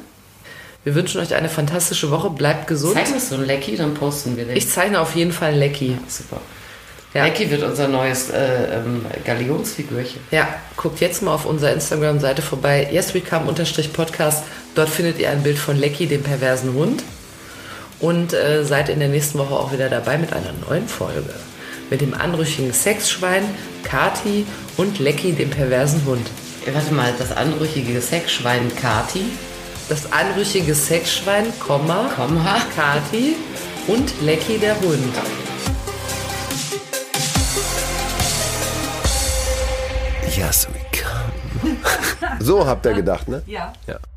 [SPEAKER 2] Wir wünschen euch eine fantastische Woche. Bleibt gesund.
[SPEAKER 3] Zeig uns so ein Lecky, dann posten wir den.
[SPEAKER 2] Ich zeichne auf jeden Fall Lecky.
[SPEAKER 3] Super.
[SPEAKER 2] Ja.
[SPEAKER 3] Lecky wird unser neues äh, ähm, Galionsfigürchen.
[SPEAKER 2] Ja, guckt jetzt mal auf unserer Instagram-Seite vorbei. YesWeCome-Podcast. Dort findet ihr ein Bild von Lecky, dem perversen Hund. Und äh, seid in der nächsten Woche auch wieder dabei mit einer neuen Folge. Mit dem anrüchigen Sexschwein, Kati und Lecky, dem perversen Hund.
[SPEAKER 3] Äh, Warte mal, das anrüchige Sexschwein Kati.
[SPEAKER 2] Das anrüchige Sexschwein, Komma,
[SPEAKER 3] Komma.
[SPEAKER 2] Kati und Lecky, der Hund.
[SPEAKER 1] Yes, we come. So habt ihr gedacht, ne?
[SPEAKER 4] Ja.
[SPEAKER 1] Ja.